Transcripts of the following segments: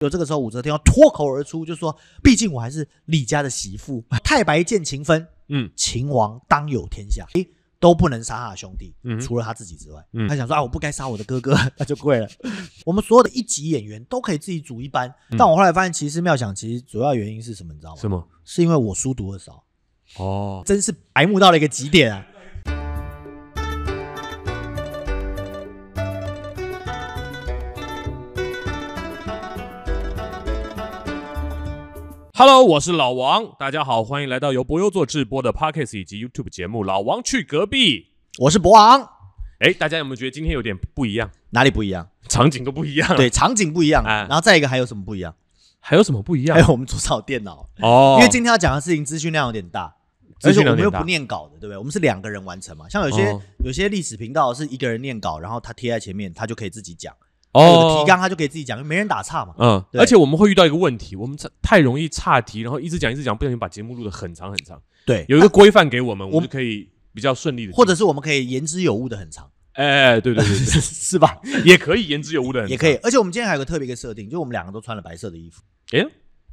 有这个时候，武则天要脱口而出，就说：“毕竟我还是李家的媳妇，太白见秦风，嗯秦王当有天下，诶都不能杀他的兄弟，嗯哼除了他自己之外。嗯他想说啊，我不该杀我的哥哥， 那就跪了。我们所有的一级演员都可以自己组一班，嗯但我后来发现，其实妙想其实主要原因是什么，你知道吗？什么？是因为我书读的少，哦，真是白目到了一个极点啊！ Hello，我是老王，大家好，欢迎来到由博优做直播的 Pockets 以及 YouTube 节目《老王去隔壁》。我是博王，哎，大家有没有觉得今天有点不一样？哪里不一 样？场景都不一样。，对，场景不一样，哎然后再一个还有什么不一样？还有什么不一样还？有我们桌上有电脑，哦，哎因为今天要讲的事情资讯量有点大，资而且讯我量有点们大又不念稿的，对不对？我们是两个人完成嘛。像有些、哦有些历史频道是一个人念稿，然后他贴在前面，他就可以自己讲。有哦个提，纲他就可以自己讲，因为没人打岔嘛。嗯，对而且我们会遇到一个问题，我们太容易岔题，然后一直讲一直讲，不小心把节目录得很长很长。对，有一个规范给我们，我我们就可以比较顺利的，啊或者是我们可以言之有物的很 长，哎，对对 对是吧？对，也可以言之有物的，也可以。。而且我们今天还有个特别的设定，就是我们两个都穿了白色的衣服，哎，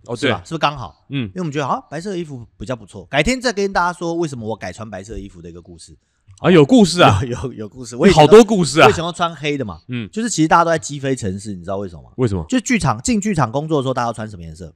哦是啊对吧？，是不是刚好？嗯因，为我们觉得啊，白色的衣服比较不错。改天再跟大家说为什么我改穿白色衣服的一个故事。啊，有故事啊，有有有故事，我以前好都多故事啊我以。前都穿黑的嘛。嗯就是其实大家都在击飞城市，你知道为什么吗？为什么？就剧场进剧场工作的时候，大家要穿什么颜色？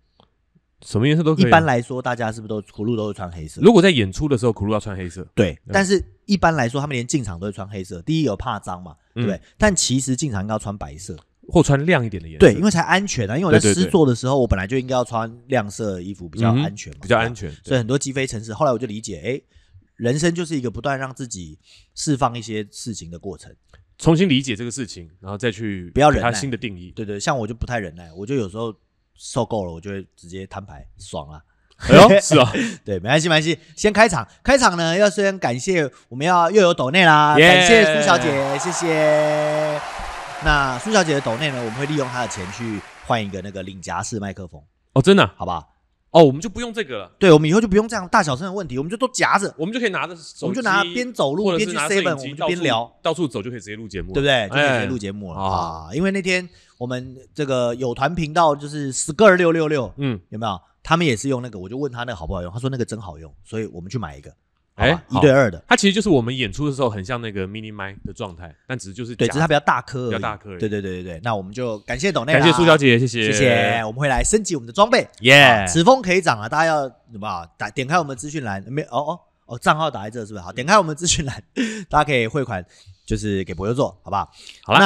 什么颜色都可以一啊。般来说，大家是不是都葫芦都会穿黑色？如嗯果在演出的时候，苦路要穿黑色。对，但是一般来说，他们连进场都会穿黑色。第一有怕脏嘛，对不嗯对？但其实进场应该要穿白色，或穿亮一点的颜色，对，因为才安全啊。因为我在对对对嗯试做的时候，我本来就应该要穿亮色的衣服，比较安全嘛，比较对吧安。全。所以很多击飞城市，后来我就理解，哎，人生就是一个不断让自己释放一些事情的过程。重新理解这个事情，然后再去不要给忍他耐新的定义。对对，像我就不太忍耐，我就有时候受够了，我就会直接摊牌，爽啊。哎呦， 是啊，对，没关系，没关系。先开场，开场呢要先感谢我们要又有抖内啦 Yeah 感谢苏小姐，谢谢。那苏小姐的抖内呢，我们会利用她的钱去换一个那个领夹式麦克风，哦，真的啊好不好？哦，我们就不用这个了，对，我们以后就不用这样大小声的问题，我们就都夹着，我们就可以拿着我手们就机，拿边走路或者边是去拿摄 seven，影我机们就到边处聊，到处走就可以直接录节目了，对不对？就可以直接录节节目了、哎啊！因为那天我们这个有团频道就是斯格尔六六六，嗯，有没有？他们也是用那个，我就问他那个好不好用，他说那个真好用，所以我们去买一个，好哎吧？一对好二的。它其实就是我们演出的时候很像那个 mini mic 的状态，但只是就是对，夹只是它比较大颗而已，比较大颗而已对对对对对，那我们就感谢董内，感谢苏小姐，姐，谢哎谢谢谢，，我们会来升级我们的装备。耶，此风可以长啊，大家要什么？打点开我们的资讯栏，没哦哦哦，账号打在这是不是？好，点开我们的资讯栏， 大家可以汇款，就是给博友做，好不好？好啦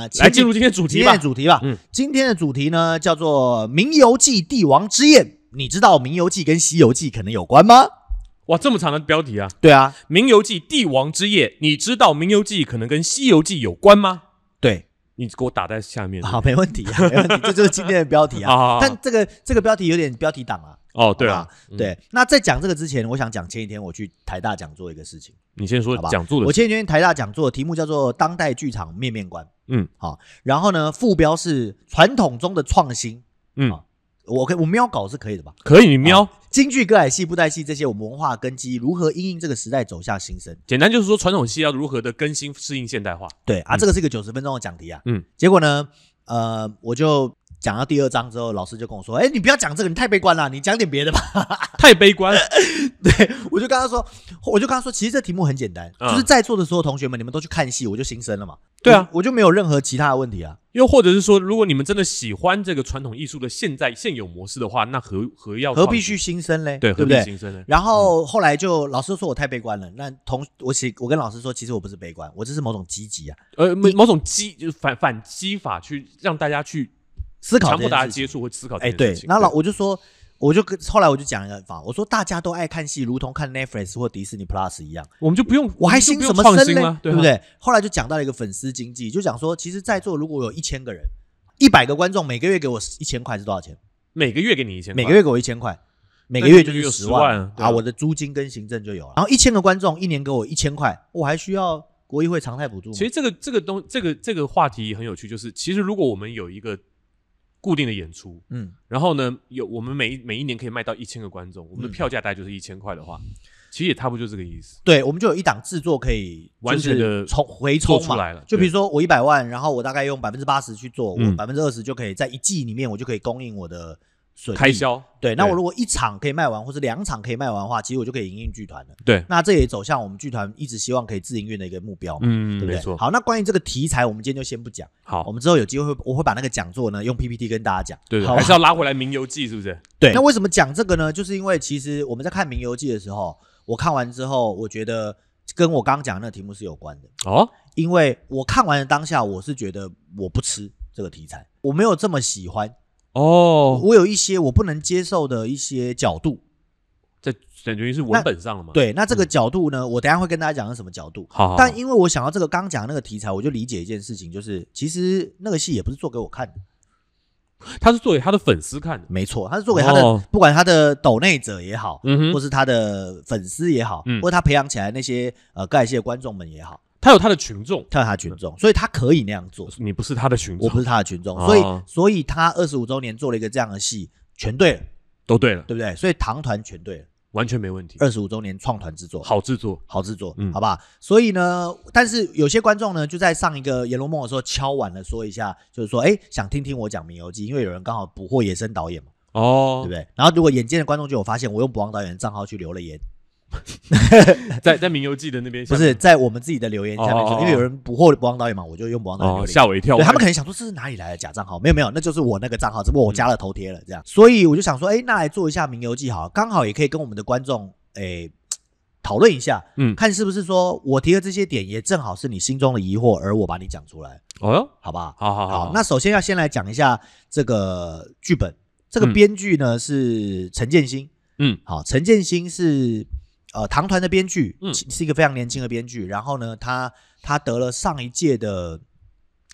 那请来进入今天今主题天吧的。主题吧。嗯今天的主题呢叫做《名游记帝王之宴》，你知道《名游记》跟《西游记》可能有关吗？哇，这么长的标题啊，《对啊，冥游记》帝王之夜，你知道《冥游记》可能跟《西游记》有关吗？对，你给我打在下面。好，没问题啊，没问题，这就是今天的标题 好好啊好。但这个这个标题有点标题党啊。哦，对好啊吧，对。那在讲这个之前，我想讲前几天我去台大讲座一个事情。你先说好吧讲座的我前几天台大讲座题目叫做《当代剧场面面观》，嗯，好。然后呢，副标是传统中的创新。嗯好，我可以我瞄稿是可以的吧？可以，你瞄。京剧、歌仔戏、布袋戏这些我们文化根基如何因应这个时代走向新生？简单就是说，传统戏要如何的更新适应现 代化。对啊，嗯这个是一个九十分钟的讲题啊。嗯，结果呢，呃，我就讲到第二章之后，老师就跟我说：“哎，你不要讲这个，你太悲观了，你讲点别的吧。”太悲观了， 对，我就跟他说，我就跟他说，其实这题目很简单，嗯就是在座的所有同学们，你们都去看戏，我就新生了嘛。对啊我，我就没有任何其他的问题啊。又或者是说，如果你们真的喜欢这个传统艺术的现在现有模式的话，那何何要何创必新去新生嘞？哦对对何不必对？新生呢？然后后来就老师说我太悲观了，那同我其我跟老师说，其实我不是悲观，我这是某种积极啊，呃，某某种激就是反反激法去让大家去思考强这迫件大家事情接触或思考这哎，件对事，情。那老我就说，我就跟后来我就讲了一个法，我说大家都爱看戏，如同看 Netflix 或迪士尼 Plus 一样。我们就不用，我还们就兴不什用么创生新嘞了，？啊对吧不？对？后来就讲到了一个粉丝经济，就讲说，其实在座如果有一千个人，一百个观众，每个月给我一千块是多少钱？每个月给你一千块，每个月给我一千块，每个那月就就有是10十万啊对啊啊！我的租金跟行政就有了。然后一千个观众一年给我一千块，我还需要国议会常态补助吗其？实这个这个东这个这个话题很有趣，就是其实如果我们有一个固定的演出，嗯，然后呢，有我们每一每一年可以卖到一千个观众，我嗯们的票价大概就是一千块的话，其实也差不多就这个意思。对，我们就有一档制作可以完全就是地重回冲做嘛出来了就比如对说我一百万，然后我大概用百分之八十去做，我嗯百分之二十就可以在一季里面我就可以供应我的损益开。销，对，那我如果一场可以卖完，或是两场可以卖完的话，其实我就可以营运剧团了。对，那这也走向我们剧团一直希望可以自营运的一个目标嘛，嗯对，不对？没错，好，那关于这个题材，我们今天就先不讲，我好，们之后有机会我会把那个讲座呢用 PPT 跟大家讲。对对，哎好吧还是要拉回来《名游记》，是不是？对，那为什么讲这个呢？就是因为其实我们在看《名游记》的时候，我看完之后，我觉得跟我刚刚讲的那个题目是有关的。哦，因为我看完的当下，我是觉得我不吃这个题材，我没有这么喜欢，哦，我有一些我不能接受的一些角度。这等于是文本上了嘛？，嗯对，那这个角度呢，我等一下会跟大家讲是什么角度。好，好但因为我想到这个刚讲的那个题材，我就理解一件事情，就是其实那个戏也不是做给我看的，他是作为他的粉丝看的，没错，他是做给他的，哦不管他的抖内者也好，嗯或哼，是他的粉丝也好，嗯或者他培养起来那些呃盖谢观众们也好，他有他的群众，他有他的群众，所以他可以那样做。你不是他的群我众不，是他的群众，哦所以所以他二十五周年做了一个这样的戏，全对了，都对了，对不对？所以唐团全对了，完全没问题，二十五周年创团制作，好制作，好制作，嗯好吧？所以呢，但是有些观众呢，就在上一个《阎罗梦》的时候敲碗了，说一下，就是说，哎，想听听我讲《名游记》，因为有人刚好捕获野生导演嘛，对哦不，对？然后如果眼尖的观众就有发现，我用捕王导演的账号去留了言，在在《名游记》的那边下不面，是在我们自己的留言下面哦哦说，哦因为有人捕获捕王导演嘛，我就用捕王导演留哦，言。吓我一跳，对他们可能想说这是哪里来的假账号？没有没有，那就是我那个账号，只不过我加了头贴了这样。所以我就想说，哎，那来做一下名游记好了，刚好也可以跟我们的观众哎讨论一下，嗯看是不是说我提的这些点也正好是你心中的疑惑，而我把你讲出来，哦哟，好吧？好好好，那首先要先来讲一下这个剧本，这个嗯编剧呢是陈建新，嗯，好，陈建新是呃唐团的编剧，嗯是一个非常年轻的编剧。然后呢，他他得了上一届的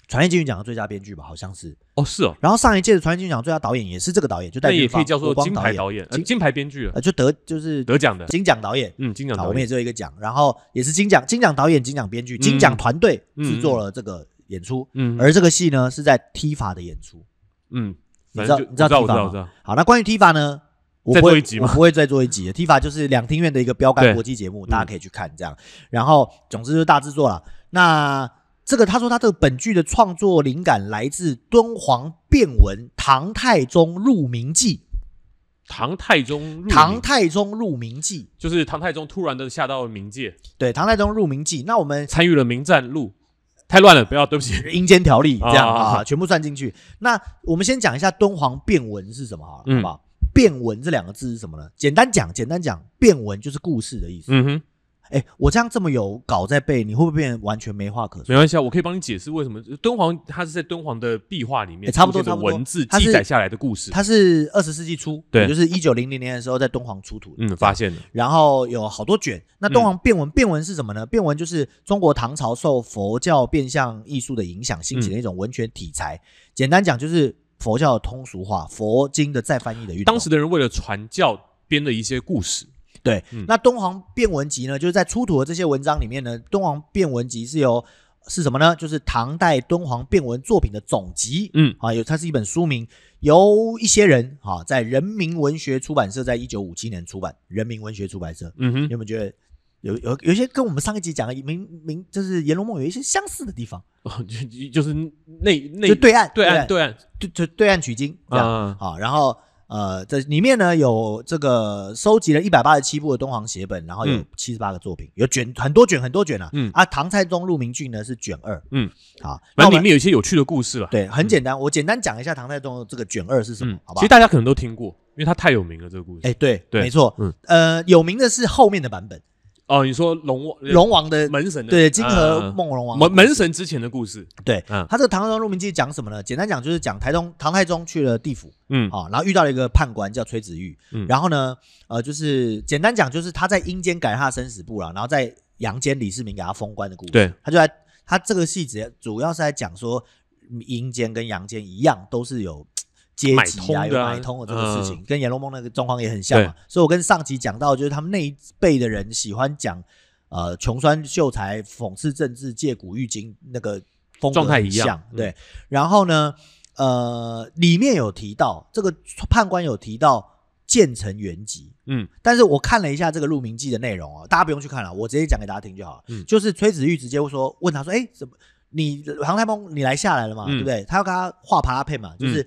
传艺金曲奖的最佳编剧吧，好像是。哦是哦，然后上一届的传艺金曲奖最佳导演也是这个导演，就那戴俊也可以芳，叫做国光金导牌演，导演，呃金金牌编剧了，呃，就得就是得奖的，金奖导演。嗯，金奖啊，导我们演也，只有一个奖，然后也是金奖，金奖导演、金奖编剧、金奖团队嗯制作了这个演出，嗯而这个戏呢是在 T 法的演出。嗯，你反知道正就你知道我 Tifa 知道吗我知道，好，那关于 Tifa 呢？我再不做会一集我吗不会再做一集了。Tifa 就是两厅院的一个标杆对嗯国际节目，大家可以去看这样。然后，总之就是大制作了。那这个他说他这个本剧的创作灵感来自敦煌变文《唐太宗入明记唐太宗入》，唐冥太宗入明记，就是唐太宗突然的下到冥界，对，唐太宗入明记。那我们参与了冥战录，太乱了，不要，对不起，阴间条例这样啊啊，全部算进去。那我们先讲一下敦煌变文是什么好了，嗯好不好？变文这两个字是什么呢？简单讲，简单讲，变文就是故事的意思。嗯哼，哎，我这样这么有稿在背，你会不会变得完全没话可说？没关系啊，我可以帮你解释为什么敦煌，它是在敦煌的壁画里面哎差不多出现差的不多文字它是记载下来的故事，他是二十世纪初，对也就是一九零零年的时候在敦煌出土的，嗯，发嗯现了，然后有好多卷。那敦煌变文，变文是什么呢？变文就是中国唐朝受佛教变相艺术的影响兴起嗯的一种文学体裁。简单讲就是佛教的通俗化，佛经的再翻译的运动。当时的人为了传教编的一些故事，对，嗯那敦煌变文集呢，就是在出土的这些文章里面呢，敦煌变文集是由是什么呢？就是唐代敦煌变文作品的总集。嗯啊，有它是一本书名，由一些人啊，在人民文学出版社在一九五七年出版。人民文学出版社，嗯你哼，有没有觉得有有有一些跟我们上一集讲的《明明》就是《阎罗梦》有一些相似的地方？哦就 就就是内内就对岸，对对岸对岸，对对对岸取经这样。啊，好，然后呃，这里面呢有这个收集了一百八十七部的敦煌写本，然后有嗯七十八个作品，有卷很多卷很多卷啊。嗯啊，唐太宗入明郡呢是卷二。嗯，好，那反我正里们面有一些有趣的故事了，对很简单，我简单讲一下唐太宗的这个卷二是什么，嗯好，其吧实？大家可能都听过，因为它太有名了这个故事。哎，对，对没错，嗯呃，有名的是后面的版本，哦，你说龙王呃龙王的门神的对金河啊梦龙王的门门神之前的故事，对，嗯他这个唐太宗入明记讲什么呢？简单讲就是讲台东唐太宗去了地府，嗯啊、然后遇到了一个判官叫崔子玉，嗯然后呢，呃，就是简单讲就是他在阴间改他的生死簿了，然后在阳间李世民给他封官的故事。对，他就在他这个戏子主要是在讲说阴间跟阳间一样都是有。阶买级通啊，的有啊买通的这个事情，嗯跟《阎罗梦》那个状况也很像嘛。所以我跟上集讲到，就是他们那一辈的人喜欢讲，呃，穷酸秀才讽刺政治、借古喻今那个风格状态很一样像嗯对，然后呢，呃，里面有提到这个判官有提到建成原籍，嗯，但是我看了一下这个《鹿鸣记》的内容哦，大家不用去看了，我直接讲给大家听就好了。嗯就是崔子玉直接会说，问他说，哎、怎么你航太梦你来下来了嘛，嗯对不对？他要跟他画爬拉配嘛，就是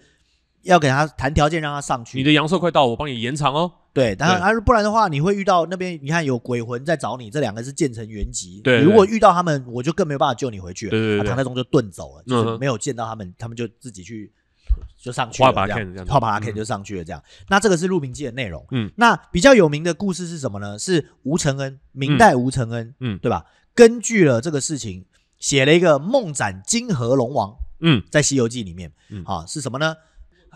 要给他谈条件让他上去。你的阳寿快到，我帮你延长哦。对，然后对他说不然的话，你会遇到那边你看有鬼魂在找你，这两个是建成原籍。对你如果遇到他们，我就更没有办法救你回去了。对对对啊对唐太宗就遁走了，就嗯是哼没有见到他们，他们就自己去呃就上去了，画把这看这样样子画把拉 K 嗯就上去了这样。那这个是《鹿鸣记》的内容。嗯，那比较有名的故事是什么呢？是吴承恩，明代吴承恩，嗯对吧？根据了这个事情，写了一个《梦斩金河龙王》。嗯在《西游记》里面，嗯啊，是什么呢？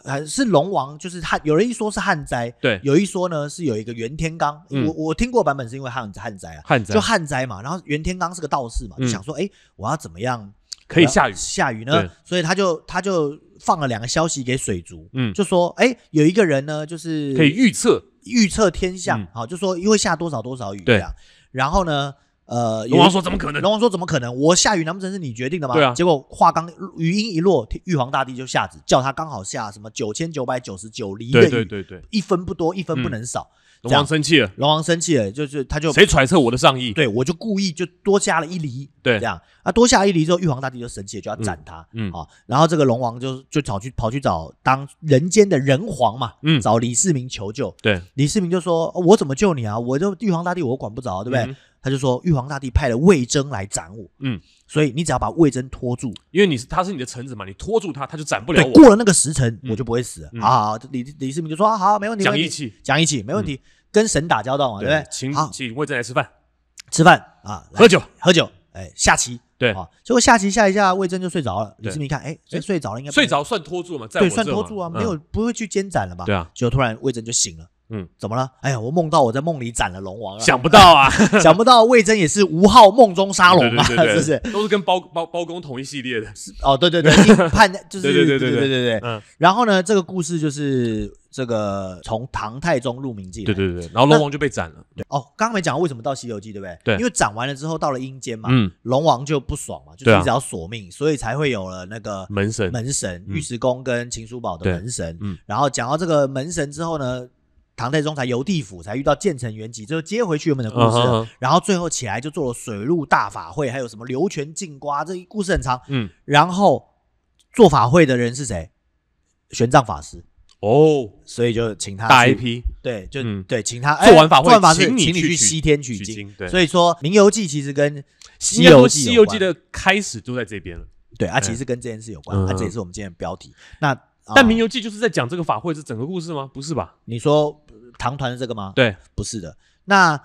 呃，是龙王，就是汉，有人一说是汉灾，对有一说呢是有一个袁天罡，嗯我我听过版本是因为汉汉灾啊，汉子就汉灾嘛，然后袁天罡是个道士嘛，嗯就想说，哎、我要怎么样可以下雨我要，下雨呢对？所以他就他就放了两个消息给水族，嗯，就说，哎、有一个人呢，就是可以预测预测天象嗯，好、就说会下多少多少雨对这样，然后呢，呃，有龙王说怎么可能龙王说：“怎么可能？我下雨难不成是你决定的吗？”对啊结果话刚语音一落，玉皇大帝就下旨，叫他刚好下什么九千九百九十九厘的雨，对对对对，一分不多，一分不能少。龙王生气了，龙王生气了，就是他就谁揣测我的上意？对我就故意就多加了一厘，对这样啊，多下一厘之后，玉皇大帝就生气了，就要斩他。嗯啊，然后这个龙王就就跑去跑去找当人间的人皇嘛，嗯找李世民求救。对，李世民就说：“哦我怎么救你啊？我就玉皇大帝，我管不着啊，对不对？”嗯他就说：“玉皇大帝派了魏征来斩我，嗯，所以你只要把魏征拖住，因为你是他是你的臣子嘛，你拖住他，他就斩不了对，我。过了那个时辰，嗯我就不会死了。嗯好好好，李李世民就说：“啊，好，没问题，讲没问题义气，嗯讲义气，没问题。跟神打交道嘛，对不对？请好，请魏征来吃饭吃饭啊，来喝酒，喝酒，哎，下棋，对啊，结果下棋下一下，魏征就睡着了。李对世民一看，哎，这哎睡着了，应该不睡着算拖住嘛，在我对，这嘛算拖住啊，嗯没有不会去监斩了吧？对啊，结果突然魏征就醒了，嗯，怎么了？哎呀，我梦到我在梦里斩了龙王了，想不 到啊， 想不到魏征也是吴昊梦中杀龙嘛，对对对是对不是？都是跟包包包公同一系列的，哦，对对对，一判就是 对对对对对对对对嗯，然后呢，这个故事就是这个从唐太宗入明记来，对对对，然后龙王就被斩了，对哦，刚刚没讲到为什么到《西游记》，对不对？对因为斩完了之后到了阴间嘛，嗯，龙王就不爽嘛，就是对啊一直要索命，所以才会有了那个门神，门神嗯尉迟恭跟秦叔宝的对门神。嗯然后讲到这个门神之后呢，唐太宗才游地府，才遇到建成元吉，最后接回去原本的故事了。嗯哼哼然后最后起来就做了水陆大法会，还有什么刘全进瓜，这一故事很长。嗯，然后做法会的人是谁？玄奘法师，哦，所以就请他大去 IP 对，就、嗯对，请他做完法哎会做完法事，请你请去去取西天取取经对所以说，《冥游记》其实跟《西应该游说记》西有游关记》的开始就在这边了，对，啊，其实跟这件事有关，嗯啊，这也是我们今天的标题。那但《明冥游记》就是在讲这个法会这整个故事吗？不是吧？你说呃唐团的这个吗？，对，不是的。那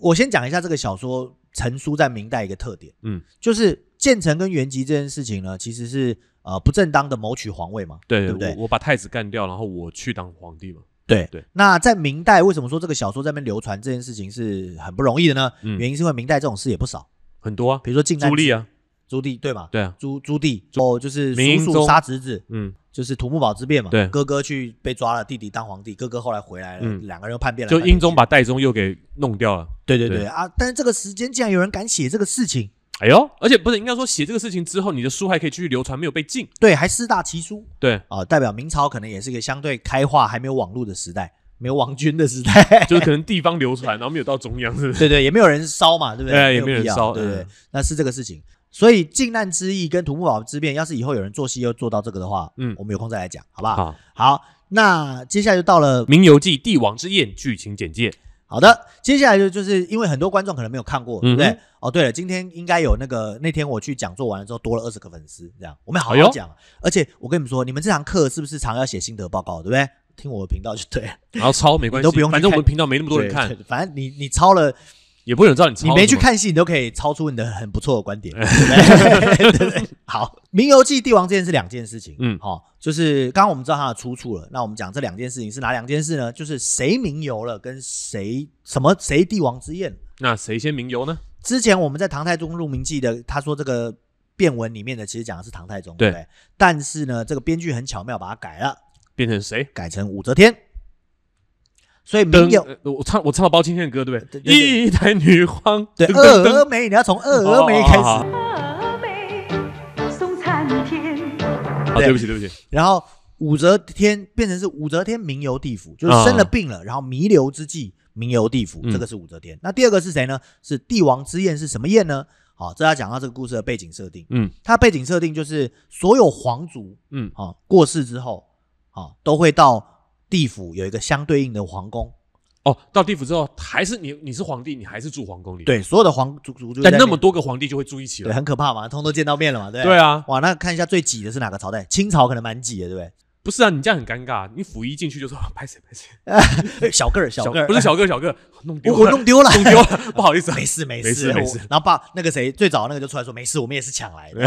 我先讲一下这个小说成书在明代一个特点，嗯，就是建成跟元吉这件事情呢，其实是呃不正当的谋取皇位嘛。对对不对我我把太子干掉，然后我去当皇帝嘛。对对那在明代为什么说这个小说在那边流传这件事情是很不容易的呢？嗯原因是因为明代这种事也不少，很多啊，比如说靖难朱之棣啊，朱棣对嘛？对啊，朱朱棣哦，就是明叔叔宗杀侄子，嗯，就是土木堡之变嘛。对哥哥去被抓了，弟弟当皇帝，哥哥后来回来了，嗯两个人又叛变了。就叛变英宗去把代宗又给弄掉了。对对对对啊！但是这个时间竟然有人敢写这个事情，哎呦，而且不是应该说写这个事情之后，你的书还可以继续流传，没有被禁。对，还四大奇书对，啊、代表明朝可能也是一个相对开化、还没有网络的时代，没有网军的时 代。就是可能地方流传，然后没有到中央，是不 是？对对，也没有人烧嘛，对不对？哎也没没有人必要烧对对对嗯那是这个事情。所以靖难之役跟土木堡之变，要是以后有人做戏又做到这个的话，嗯嗯，我们有空再来讲，好不好？好，好，那接下来就到了《冥游记·帝王之宴》剧情简介。好的，接下来就就是因为很多观众可能没有看过，对不对？嗯哦，对了，今天应该有那个那天我去讲座完了之后多了二十个粉丝，这样我们好好哎呦讲。啊而且我跟你们说，你们这堂课是不是常要写心得报告，对不对？听我的频道就对了，然后抄没关系，你都不用去反正我看们频道没那么多人对看，对反正你你抄了，也不会有人知道你抄。你没去，看戏，你都可以抄出你的很不错的观 点。对 对对好，《冥游记》帝王这件是两件事情，嗯嗯，好、就是刚刚我们知道它的出处了，那我们讲这两件事情是哪两件事呢？就是谁冥游了，跟谁什么谁帝王之宴了。那谁先冥游呢？之前我们在《唐太宗入明记》的，他说这个变文里面的，其实讲的是唐太宗，对不对？但是呢，这个编剧很巧妙把它改了，变成谁？改成武则天。所以灯明有，呃我唱我唱到包青天的歌，对不对对？对对一代女皇，对噔哦二噔噔峨眉，你要从二峨眉开哦哦哦始。峨眉送参天，不啊，对对不？起，对不起，然后武则天变成是武则天名游地府，就是生了病了，然后弥留之际名游地府，啊嗯这个是武则天。那第二个是谁呢？是帝王之宴是什么宴呢？好，这要讲到这个故事的背景设定。嗯它背景设定就是所有皇族嗯啊、哦过世之后啊、哦都会到地府有一个相对应的皇宫。哦，到地府之后还是你你是皇帝，你还是住皇宫里，，对，所有的皇族族就会但在那么多个皇帝就会住一起对，了，很可怕嘛，通通见到面了嘛，对不对啊，哇，那看一下最挤的是哪个朝代？清朝可能蛮挤的，对 不不是啊，你这样很尴尬，你溥仪进去就说拍谁拍谁，对？哎小个儿，小个儿，哎不是小哥小哥，弄丢我我了，弄丢了， 弄丢了，不好意思啊，没事没没事事没我事然后爸那个谁最早那个就出来说没事，我们也是抢 来的，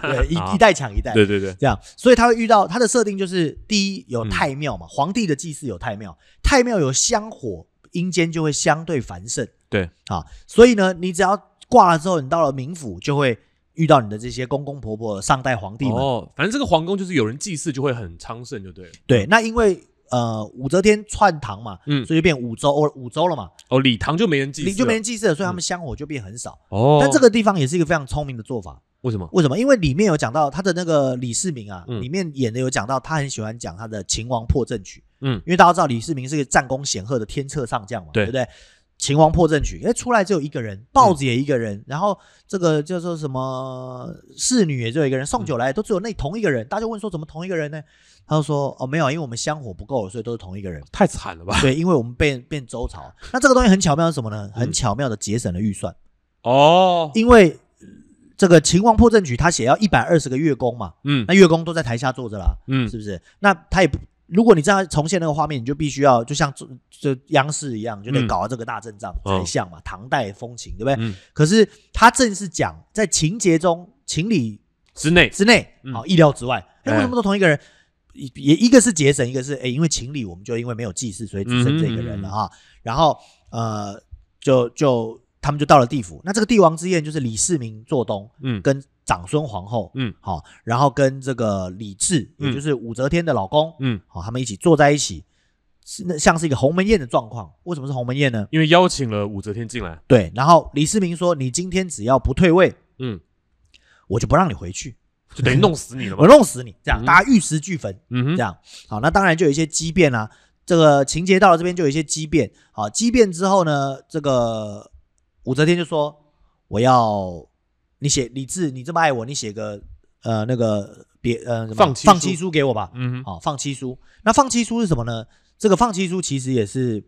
对，一一代抢一代。啊对对对，这样，所以他会遇到他的设定就是：第一有嗯太庙嘛，皇帝的祭祀有太庙，太庙有香火，阴间就会相对繁盛。对啊，所以呢，你只要挂了之后，你到了冥府就会遇到你的这些公公婆婆、上代皇帝们。哦，反正这个皇宫就是有人祭祀就会很昌盛，就对了，对，那因为呃武则天篡唐嘛，嗯所以就变五州哦五州了嘛，哦，礼堂就没人祭祀你了，嗯就没人祭祀了，所以他们香火就变很少。哦，但这个地方也是一个非常聪明的做法，为什么？为什么？因为里面有讲到他的那个李世民啊，嗯里面演的有讲到他很喜欢讲他的《秦王破阵曲》，嗯因为大家知道李世民是个战功显赫的天策上将嘛，对嗯不对？《秦王破阵曲》哎，出来只有一个人，豹子也一个人，然后这个叫做什么侍女也只有一个人，送酒来都只有那同一个人，大家就问说怎么同一个人呢？他就说哦没有，因为我们香火不够了，所以都是同一个人。太惨了吧？对，因为我们变变周朝，那这个东西很巧妙是什么呢？嗯很巧妙的节省了预算。哦，因为呃这个《秦王破阵曲》，他写要一百二十个月宫嘛，嗯那月宫都在台下坐着啦，嗯是不是？那他也不，如果你这样重现那个画面，你就必须要就像这这央视一样，就得嗯搞到这个大阵仗哦才像嘛，唐代风情，对不对？嗯，可是他正是讲在情节中情理之内之内，嗯好、意料之外。哎、哎为什么都同一个人？也也一个是节省，一个是哎、因为情理，我们就因为没有祭祀，所以只剩这个人嗯了哈。然后呃，就就他们就到了地府。那这个帝王之宴就是李世民做东，嗯跟长孙皇后，嗯，好、然后跟这个李治，也嗯就是武则天的老公，嗯，好、他们一起坐在一起，是那像是一个鸿门宴的状况。为什么是鸿门宴呢？因为邀请了武则天进来，对，然后李世民说：“你今天只要不退位，嗯，我就不让你回去，就等于弄死你了 我嘛。弄死你。”这样，嗯大家玉石俱焚。嗯这哼，样好，那当然就有一些畸变啊。这个情节到了这边就有一些畸变，好，畸变之后呢，这个武则天就说：“我要你写李治，你这么爱我，你写个呃那个别呃什么放弃书放弃书给我吧。嗯哼，好，放弃书。那放弃书是什么呢？这个放弃书其实也是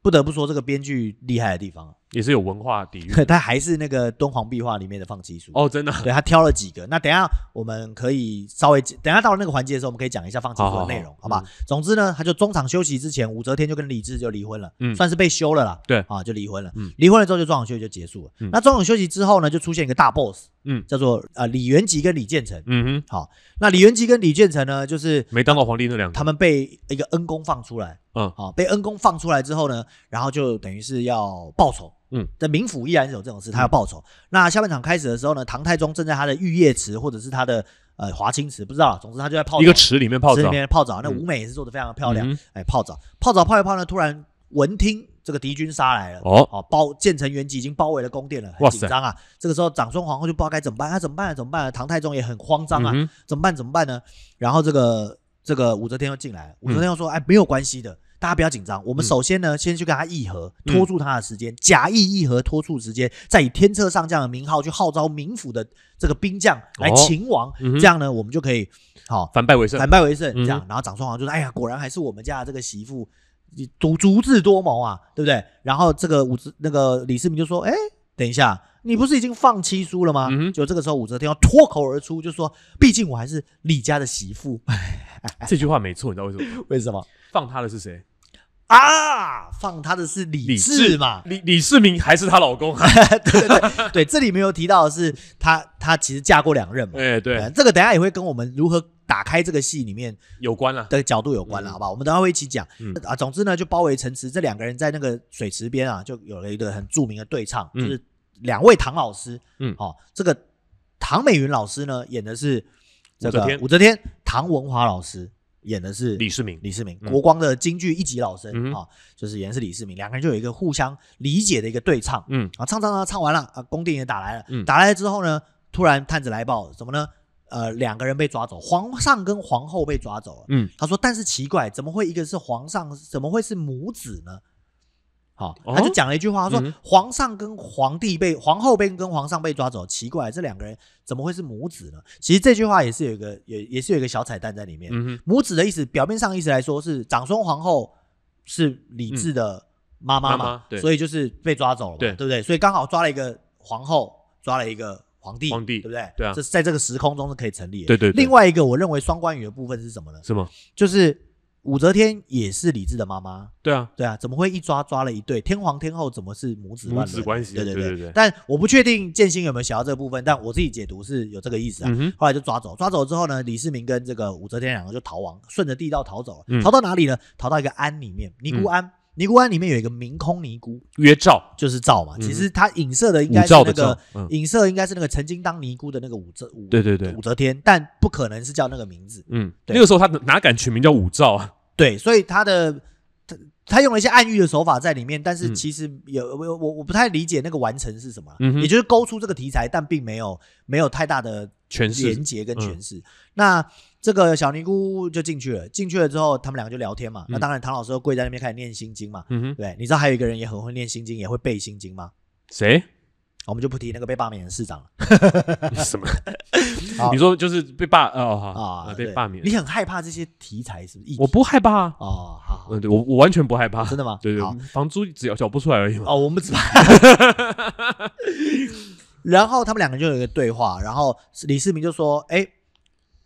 不得不说这个编剧厉害的地方，啊也是有文化底蕴。 他还是那个敦煌壁画里面的放弃书。哦，真的，对他挑了几个。那等一下我们可以稍微等一下到了那个环节的时候，我们可以讲一下放弃书的内容，好好好好嗯吧？总之呢，他就中场休息之前，武则天就跟李治就离婚了，嗯算是被休了啦。对啊，就离婚了。嗯离婚了之后就中场休息就结束了。嗯那中场休息之后呢，就出现一个大 boss，嗯叫做呃李元吉跟李建成。嗯哼，好，那李元吉跟李建成呢，就是没当到皇帝那两个，他们被一个恩公放出来，嗯啊，被恩公放出来之后呢，然后就等于是要报仇，嗯，在冥府依然是有这种事，他要报仇。那下半场开始的时候呢，唐太宗正在他的玉液池或者是他的呃华清池，不知道了，总之他就在泡澡一个池里面泡池里澡，面泡澡，那嗯舞美也是做的非常的漂亮，嗯哼哎，泡澡，泡澡泡一泡呢，突然闻听这个敌军杀来了，哦哦，包建成元吉已经包围了宫殿了，很哇紧塞张啊。这个时候长孙皇后就不知道该怎么办，啊，怎么办啊？怎么办啊？唐太宗也很慌张啊，嗯哼怎么办？怎么办呢？然后这个这个武则天又进来了，嗯武则天又说：“哎，没有关系的，大家不要紧张。我们首先呢，先去跟他议和，嗯拖住他的时间，假议议和，拖住时间，再以天策上将的名号去号召冥府的这个兵将来哦擒王，嗯哼这样呢，我们就可以好反败为胜反。败为胜。嗯这样，然后长孙皇就说：哎呀，果然还是我们家的这个媳妇。”足足智多谋啊，对不对？然后这个武则那个李世民就说：“哎，等一下，你不是已经放弃书了吗？”嗯哼就这个时候，武则天要脱口而出，就说：“毕竟我还是李家的媳妇。 这句话没错，你知道为什么吗？”为什么放他的是谁？啊？放他的是李李治嘛？李李世民还是她老公啊？ 对对对对，这里没有提到的是她，她其实嫁过两任嘛。哎，呃对，这个等一下也会跟我们如何打开这个戏里面有关了。的角度有关了，嗯好吧？我们等一下会一起讲、嗯啊。总之呢，就包围城池，这两个人在那个水池边啊，就有了一个很著名的对唱，嗯就是两位唐老师，嗯哦，这个唐美云老师呢演的是这武则个天武则天，唐文华老师演的是李世民，李世民，嗯国光的京剧一级老生啊、嗯哼就是演的是李世民，两个人就有一个互相理解的一个对唱，嗯啊，唱唱唱唱完了啊，宫殿也打来了，嗯打来了之后呢，突然探子来报什么呢？呃两个人被抓走，皇上跟皇后被抓走了。嗯，他说，但是奇怪，怎么会一个是皇上，怎么会是母子呢？好、哦他就讲了一句话，他说、嗯皇上跟皇帝被皇后被跟皇上被抓走，奇怪，这两个人怎么会是母子呢？其实这句话也是有一个也也是有一个小彩蛋在里面。嗯哼，母子的意思，表面上意思来说是长孙皇后是李治的妈妈嗯妈嘛妈，对所以就是被抓走了嘛，对对不对？所以刚好抓了一个皇后，抓了一个皇帝，皇帝对不对？对啊这在这个时空中是可以成立的。对对对另外一个我认为双关语的部分是什么呢？是吗？就是武则天也是李治的妈妈，对啊，对啊，怎么会一抓抓了一对天皇天后？怎么是母子乱母伦子关系，对对对对，但我不确定建新有没有想到这个部分，但我自己解读是有这个意思啊。嗯哼，后来就抓走，抓走之后呢，李世民跟这个武则天两个就逃亡，顺着地道逃走了。嗯逃到哪里呢？逃到一个庵里面，尼姑庵。尼姑庵里面有一个明空尼姑，约照，就是赵嘛。嗯其实它影射的应武该是那曌的个曌，嗯，影射应该是那个曾经当尼姑的那个武则武对对对，武则天，但不可能是叫那个名字。嗯，对那个时候他哪哪敢取名叫武曌啊？对，所以他的他他用了一些暗喻的手法在里面，但是嗯其实有我我我不太理解那个完成是什么啊，嗯哼也就是勾出这个题材，但并没有没有太大的诠释连接跟诠释。那这个小尼姑就进去了，进去了之后，他们两个就聊天嘛。嗯那当然，唐老师就跪在那边开始念心经嘛。嗯哼，对，你知道还有一个人也很会念心经，也会背心经吗？谁？我们就不提那个被罢免的市长了什么 好？你说就是被罢哦好啊，被对罢免你？很害怕这些题材是不是？我不害怕啊，哦，好好嗯，对我我完全不害怕，真的吗对好对，房租只要缴不出来而已嘛。哦，我们只怕。 然后他们两个就有一个对话，然后李世民就说：“哎，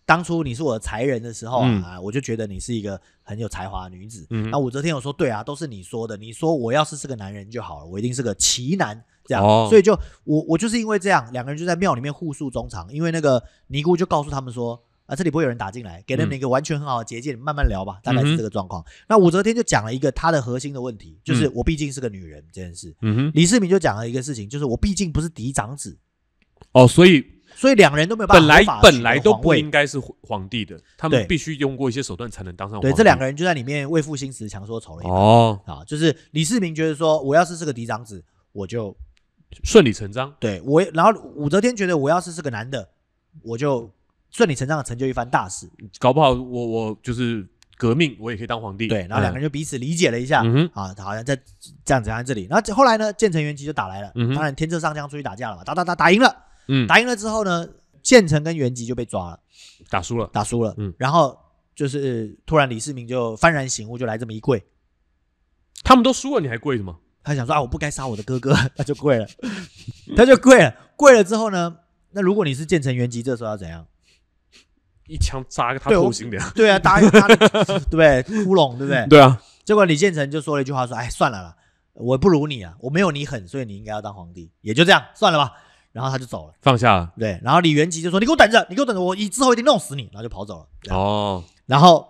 当初你是我的才人的时候啊，我就觉得你是一个很有才华的女子。嗯那武则天有说：“对啊，都是你说的。你说我要是是个男人就好了，我一定是个奇男。”这样，哦所以就我我就是因为这样，两个人就在庙里面互诉衷肠。因为那个尼姑就告诉他们说。啊，这里不会有人打进来，给他们嗯一个完全很好的结界，你慢慢聊吧，大概是嗯哼这个状况。那武则天就讲了一个她的核心的问题，就是我毕竟是个女人这件事。嗯哼，李世民就讲了一个事情，就是我毕竟不是嫡长子，哦，所以所以两人都没有办法本来合法取本得来都皇不位应该是皇帝的，他对们必须用过一些手段才能当上皇帝。对，这两个人就在里面为赋新词强说愁了一把、哦，啊，就是李世民觉得说，我要是是个嫡长子，我就顺理成章。对我，然后武则天觉得我要是是个男的，我就顺理成章的成就一番大事，搞不好我我就是革命，我也可以当皇帝。对，然后两个人就彼此理解了一下，嗯嗯啊，好像在这样子，好像在这里，然后后来呢，建成元吉就打来了，嗯哼当然天策上将出去打架了嘛，打打打打赢了，嗯打赢了之后呢，建成跟元吉就被抓了。哼打输了，打输了，嗯然后就是突然李世民就幡然醒悟，就来这么一跪，他们都输了，你还跪什么？他想说啊，我不该杀我的哥哥， 他就跪了，他就跪了，跪了之后呢，那如果你是建成元吉，这时候要怎样？一枪扎他对我头型的呀。 对啊，打打，对不 对？窟窿，对不对？对啊，结果李建成就说了一句话，说，哎，算了啦，我不如你啊，我没有你狠，所以你应该要当皇帝，也就这样，算了吧。然后他就走了，放下了。对，然后李元吉就说：“你给我等着，你给我等着，我一之后一定弄死你。”然后就跑走了。这样哦，然后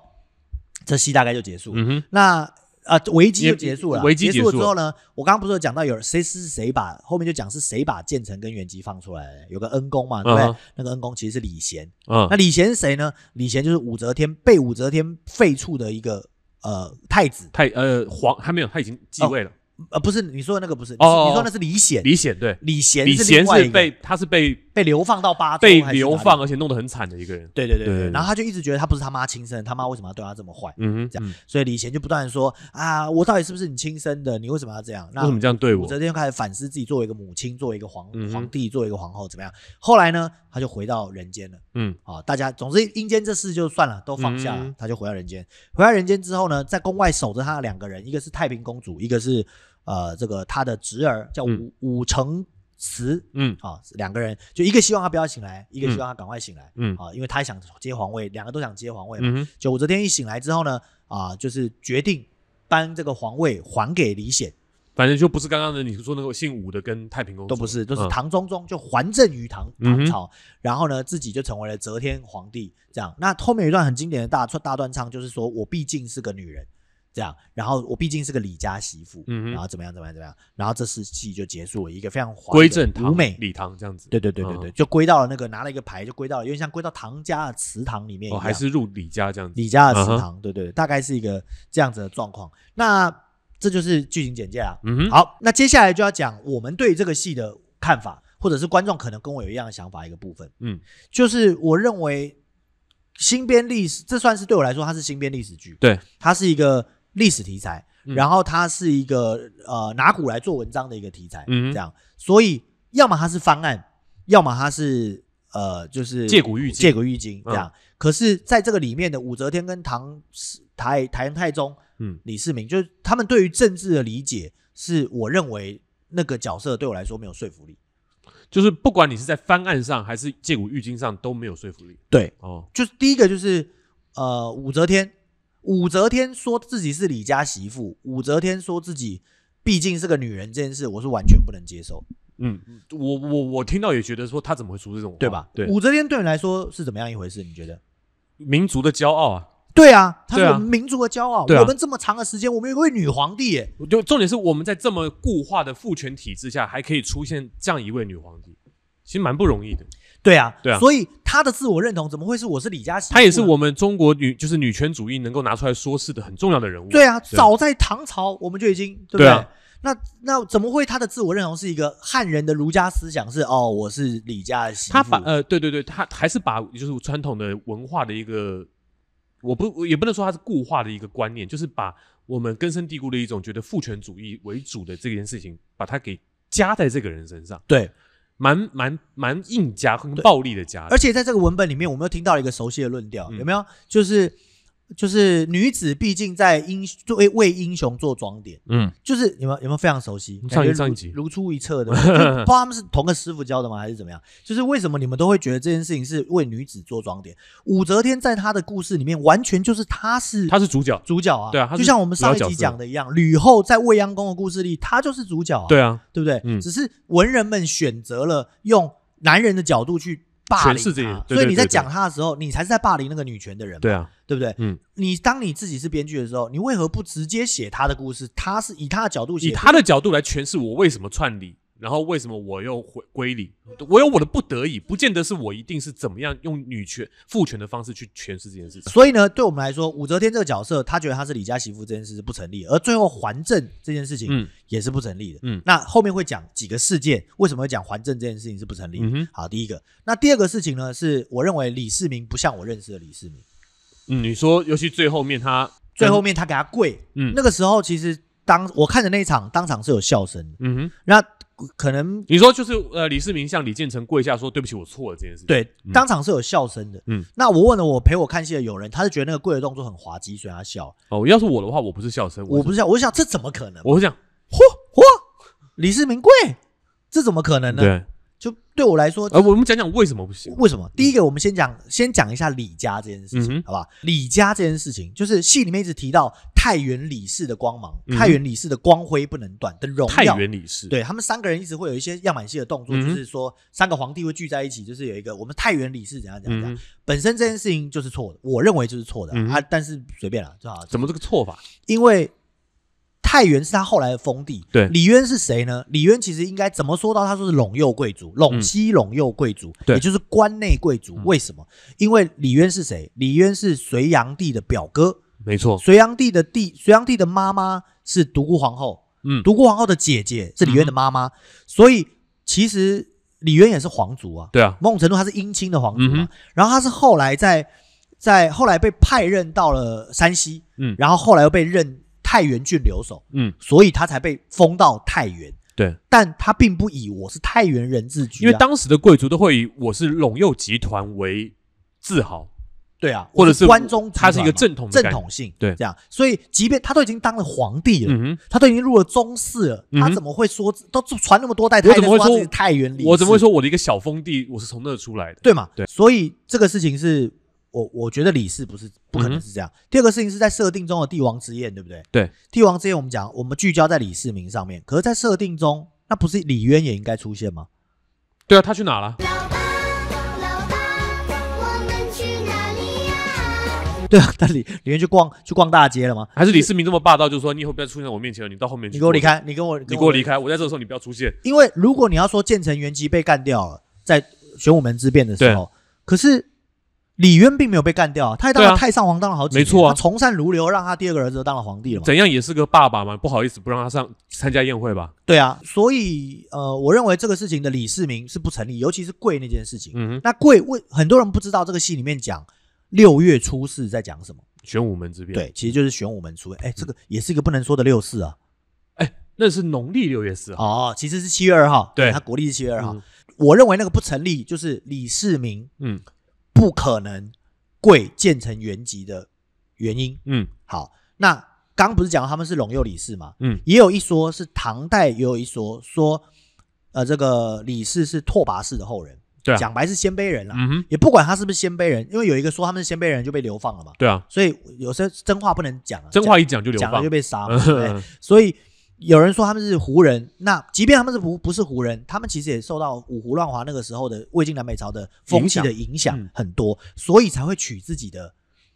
这戏大概就结束了。嗯哼，那啊，危机就结束了。也危机结结束束了了之后呢，我刚刚不是有讲到有谁是谁把后面就讲是谁把建成跟元吉放出来的，有个恩公嘛，对不对？嗯哼那个恩公其实是李贤。嗯那，李贤是谁呢？李贤就是武则天被武则天废黜的一个呃太子，太呃皇还没有，他已经继位了。呃不是你说的那个不是，哦哦哦你说那是李显。李显对，李贤李是贤另外一是个被他是被被流放到巴州被还是流哪里放，而且弄得很惨的一个人。对对对对对对对，对然后他就一直觉得他不是他妈亲生的，他妈为什么要对他这么坏？嗯哼，这样嗯所以李贤就不断地说啊，我到底是不是你亲生的？你为什么要这样？那为什么这样对我武？则天就开始反思自己作为一个母亲，作为一个皇嗯哼皇帝，作为一个皇后怎么样。后来呢，她就回到人间了嗯啊。大家总之阴间这事就算了，都放下了嗯，她就回到人间。回到人间之后呢，在宫外守着她的两个人，一个是太平公主，一个是呃这个她的侄儿叫嗯武武承祠嗯啊，两个人就一个希望她不要醒来，一个希望她赶快醒来嗯啊，因为她也想接皇位，两个都想接皇位嘛。嗯哼，就武则天一醒来之后呢，啊，就是决定颁这个皇位还给李显。反正就不是刚刚的你说那个姓武的跟太平公主都不是，都是嗯唐中宗就还政于唐嗯唐哼朝，然后呢自己就成为了则天皇帝这样。那后面有一段很经典的大大段唱，就是说我毕竟是个女人这样，然后我毕竟是个李家媳妇，嗯哼然后怎么样怎么样怎么样，然后这四戏就结束了，一个非常华丽归的正舞堂美。李唐这样子。对对对对对，嗯就归到了那个拿了一个牌，就归到了有点像归到唐家的祠堂里面一哦，样，还是入李家这样子。李家的祠嗯哼堂，对对对，大概是一个这样子的状况。那这就是剧情简介啊。嗯哼，好，那接下来就要讲我们对这个戏的看法，或者是观众可能跟我有一样的想法一个部分，嗯，就是我认为新编历史，这算是对我来说它是新编历史剧，对，它是一个历史题材，嗯然后它是一个呃拿古来做文章的一个题材，嗯哼这样，所以要么它是方案，要么它是呃就是借古喻今借古喻今嗯这样。可是在这个里面的武则天跟唐台唐太宗，嗯李世民，就是他们对于政治的理解，是我认为那个角色对我来说没有说服力。就是不管你是在翻案上还是借古喻今上都没有说服力对，哦，就是第一个就是呃武则天，武则天说自己是李家媳妇，武则天说自己毕竟是个女人这件事，我是完全不能接受，嗯，我我我听到也觉得说他怎么会说这种话对吧？对，武则天对你来说是怎么样一回事？你觉得？民族的骄傲啊，对啊，她是对啊我们民族的骄傲。对啊我们这么长的时间，我们有一位女皇帝耶，我就重点是我们在这么固化的父权体制下，还可以出现这样一位女皇帝，其实蛮不容易的。对啊，对啊所以她的自我认同怎么会是我是啊李家媳妇呢？她也是我们中国女就是女权主义能够拿出来说事的很重要的人物。对啊，对早在唐朝我们就已经对不对啊那那怎么会他的自我认同是一个汉人的儒家思想是哦，我是李家的媳妇？她把呃，对对对，她还是把就是传统的文化的一个，我不我也不能说她是固化的一个观念，就是把我们根深蒂固的一种觉得父权主义为主的这件事情，把它给加在这个人身上，对，蛮蛮蛮硬加，很暴力的加的。而且在这个文本里面，我们又听到了一个熟悉的论调，嗯有没有？就是就是女子毕竟在英作为为英雄做装点，嗯，就是有没有有没有非常熟悉？上感一觉上一如集如出一辙的， 就不知道他们是同个师傅教的吗，还是怎么样？就是为什么你们都会觉得这件事情是为女子做装点？武则天在她的故事里面，完全就是她是她是主角。主角啊，对啊他是就像我们上一主要集角色讲的一样，吕后在未央宫的故事里，她就是主角、啊，对啊，对不对？嗯只是文人们选择了用男人的角度去霸凌诠释这她个对所以你在对对对讲她的时候，你才是在霸凌那个女权的人嘛，对啊，对不对？嗯，你当你自己是编剧的时候，你为何不直接写她的故事？她是以她的角度写，以他的角度来诠释我为什么串理，然后为什么我又回归理，我有我的不得已，不见得是我一定是怎么样用女权父权的方式去诠释这件事情。所以呢，对我们来说，武则天这个角色，她觉得她是李家媳妇这件事是不成立，而最后还政这件事情嗯也是不成立的。嗯那后面会讲几个事件，为什么会讲还政这件事情是不成立的？嗯哼好，第一个，那第二个事情呢，是我认为李世民不像我认识的李世民，嗯，你说，尤其最后面他最后，面他给他跪，嗯那个时候其实当我看的那一场，当场是有笑声的，嗯哼，那可能你说就是呃，李世民向李建成跪下说对不起，我错了这件事情。，对，嗯当场是有笑声的。嗯，那我问了我陪我看戏的友人，他是觉得那个跪的动作很滑稽，所以他笑。哦，要是我的话，我不是笑声，我我不是是笑，我想这怎么可能？我是这样，嚯嚯，李世民贵，这怎么可能呢？对，就对我来说，呃，我们讲讲为什么不行？为什么？第一个，我们先讲先讲一下李家这件事情，嗯哼好吧？李家这件事情，就是戏里面一直提到太原李氏的光芒，嗯哼太原李氏的光辉不能断的荣太耀。原李氏，，对他们三个人一直会有一些样板戏的动作，嗯就哼是说三个皇帝会聚在一起，就是有一个我们太原李氏怎样怎样怎样。嗯哼，本身这件事情就是错的，我认为就是错的、嗯哼啊，但是随便了，就好。怎么这个错法？因为太原是他后来的封地，对李渊是谁呢？李渊其实应该怎么说到？他说是陇右贵族，陇西陇右贵族，嗯对嗯也就是关内贵族。为什么？因为李渊是谁？李渊是隋炀帝的表哥，没错，隋炀帝的弟，隋炀帝的妈妈是独孤皇后，嗯，独孤皇后的姐姐是李渊的妈妈，所以其实李渊也是皇族啊，对啊，某种程度他是姻亲的皇族嘛，嗯哼然后他是后来在在后来被派任到了山西，嗯然后后来又被任太原郡留守，嗯，所以他才被封到太原。对，但他并不以我是太原人自居、啊，因为当时的贵族都会以我是陇右集团为自豪，对啊，或者我是是关中集团嘛，他是一个正统的正感觉统性，对这样，所以即便他都已经当了皇帝了，嗯哼，他都已经入了宗室了，嗯哼他怎么会说都传那么多代，他还在怎么会他说自己太原啊里？我怎么会说我的一个小封地我是从那出来的？对嘛？对所以这个事情是我我觉得李氏不是不可能是这样。第二个事情是在设定中的帝王之宴，对不对？嗯对，帝王之宴我们讲我们聚焦在李世民上面，可是，在设定中，那不是李渊也应该出现吗？ 对啊，他去哪了？老爸，老爸，我们去哪里呀？对啊，那李李渊去逛去逛大街了吗？还是李世民这么霸道，就是说你以后不要出现在我面前了，你到后面去。你给我离，开，你跟我，你给我离开，我在这个时候你不要出现。因为如果你要说建成元吉被干掉了，在玄武门之变的时候，可是李渊并没有被干掉啊，他还当了对啊太上皇当了好几年，没错他啊从善如流，让他第二个儿子都当了皇帝了嘛。怎样也是个爸爸嘛，不好意思不让他上参加宴会吧？对啊，所以呃，我认为这个事情的李世民是不成立，尤其是贵那件事情。嗯哼，那贵为很多人不知道这个戏里面讲六月初四在讲什么，玄武门之变，，对，其实就是玄武门出。哎，嗯这个也是一个不能说的六四啊。那是农历六月四号，哦，其实是七月二号，对他国历是七月二号。嗯我认为那个不成立，就是李世民嗯不可能贵建成原籍的原因。嗯好，那刚不是讲他们是陇右李氏嘛？嗯，也有一说是唐代，也有一说说，呃，这个李氏是拓跋氏的后人，对啊讲白是鲜卑人啦、嗯哼，也不管他是不是鲜卑人，因为有一个说他们是鲜卑人就被流放了嘛，对啊，所以有些真话不能讲啊，真话一讲就流讲讲了放就，被杀嘛，嗯对不对所以。有人说他们是胡人，那即便他们是不不是胡人，他们其实也受到五胡乱华那个时候的魏晋南北朝的风气的影响嗯很多，所以才会取自己的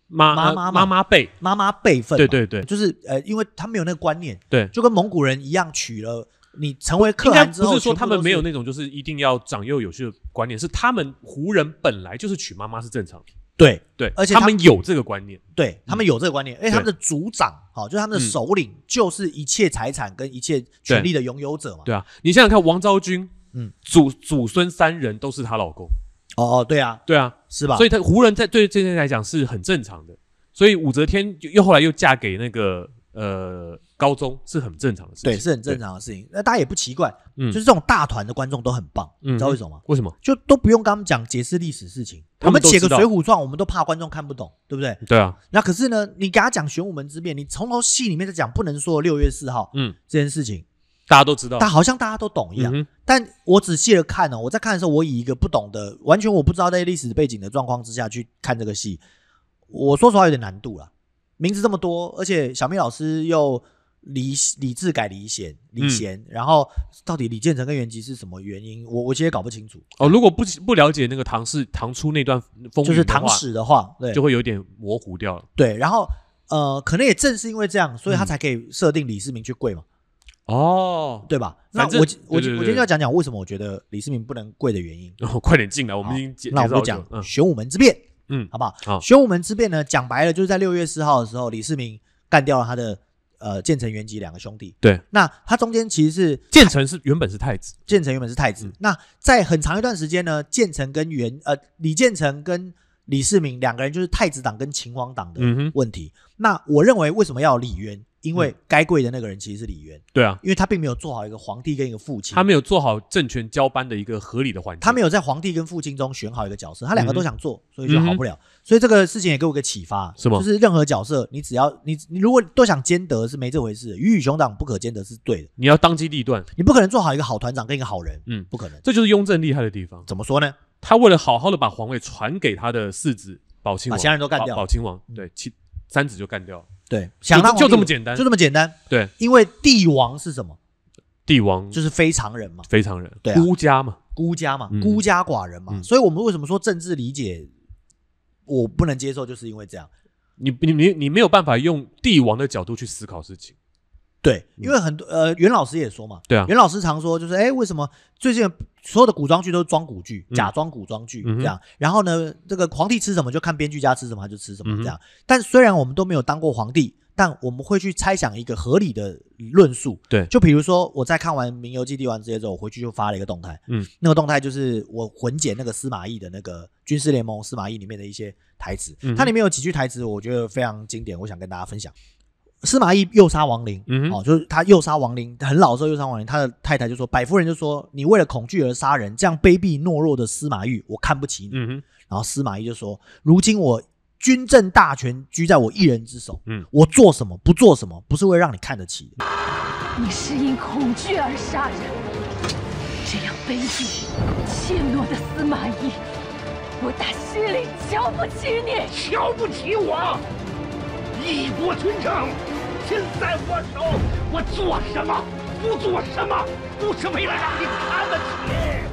妈妈妈妈嘛妈妈辈，妈妈辈分嘛。对对对就是呃，因为他们有那个观念，对，就跟蒙古人一样，娶了你成为可应该汗之后，不是说全部他们都没有那种就是一定要长幼有序的观念，是他们胡人本来就是娶妈妈是正常的，对对，而且他他们有这个观念，对，他们有这个观念，因哎为他们的族长，好，就是他们的首领，就是一切财产跟一切权利的拥有者嘛。对啊，你想想看，王昭君，嗯嗯，祖祖孙三人都是她老公，哦哦，对啊，对啊，是吧？所以以她胡人在对这些人来讲是很正常的，所以武则天又又后来又嫁给那个呃高宗是很正常的事情，对是很正常的事情，那大家也不奇怪，嗯就是这种大团的观众都很棒，嗯你知道为什么吗？为什么？就都不用跟他们讲解释历史事情，他我们们都写知个道《水浒传》，我们都怕观众看不懂，对不对？对啊，那可是呢，你给他讲玄武门之变，你从头戏里面在讲不能说六月四号嗯，这件事情，大家都知道，但好像大家都懂一样。哦嗯哼但我仔细的看哦，我在看的时候，我以一个不懂的、完全我不知道在历史背景的状况之下去看这个戏，我说实话有点难度了。名字这么多，而且小明老师又李李治改李显嗯李贤，然后到底李建成跟袁吉是什么原因，我我其实也搞不清楚。哦，如果不不了解那个唐氏唐初那段风就云是的唐话，史的话，对就会有点模糊掉了。对，然后呃，可能也正是因为这样，所以他嗯才可以设定李世民去跪嘛，哦， 对吧？那反正我今我对对今对我今天就要讲讲为什么我觉得李世民不能跪的原因。然后快点进来，我们好已经介那我介绍们过就讲嗯玄武门之变，嗯好不好？好玄武门之变呢，讲白了就是在六月四号的时候，李世民干掉了他的呃建成、元吉两个兄弟。对，那他中间其实是建成嗯是原本是太子，建成原本是太子，那在很长一段时间呢，建成跟元呃李建成跟李世民两个人就是太子党跟秦王党的嗯哼问题。那我认为为什么要有李渊？因嗯为该跪的那个人其实是李渊，对啊，因为他并没有做好一个皇帝跟一个父亲，他没有做好政权交班的一个合理的环境，他没有在皇帝跟父亲中选好一个角色，他两个都想做，所以就嗯哼好不了。所以这个事情也给我一个启发，是吗就是任何角色，你只要你你如果都想兼得是没这回事，鱼与熊掌不可兼得是对的，你要当机立断，你不可能做好一个好团长跟一个好人，嗯不可能。这就是雍正厉害的地方。怎么说呢？他为了好好的把皇位传给他的四子宝亲王，把其他人都干掉嗯宝宝亲王对，其三子就干掉了，对，想当就皇帝这么简单就这么简单。对，因为帝王是什么？帝王就是非常人嘛，非常人，对啊孤家嘛，孤家嘛，嗯孤家寡人嘛。嗯所以我们为什么说政治理解我不能接受，就是因为这样。你你你你没有办法用帝王的角度去思考事情，对，因为很多呃，袁老师也说嘛，嗯对啊袁老师常说就是，哎，为什么最近所有的古装剧都是装古剧，嗯假装古装剧嗯哼这样？然后呢，这个皇帝吃什么就看编剧家吃什么他就吃什么嗯哼这样。但虽然我们都没有当过皇帝，但我们会去猜想一个合理的论述。对就比如说我在看完《明游记》《帝王之业》之后，我回去就发了一个动态，嗯，那个动态就是我混剪那个司马懿的那个军事联盟司马懿里面的一些台词，嗯哼它里面有几句台词我觉得非常经典，我想跟大家分享。司马懿诱杀王陵，嗯哼哦，就是他诱杀王陵，很老的时候诱杀王陵，他的太太就说，百夫人就说，你为了恐惧而杀人，这样卑鄙懦弱的司马懿，我看不起你。嗯哼，然后司马懿就说，如今我军政大权居在我一人之手，嗯我做什么不做什么，不是为了让你看得起的。你是因恐惧而杀人，这样卑鄙、怯懦的司马懿，我打心里瞧不起你。瞧不起我，义薄群臣，尽在我手，我做什么不做什么，不是为了让你看得起。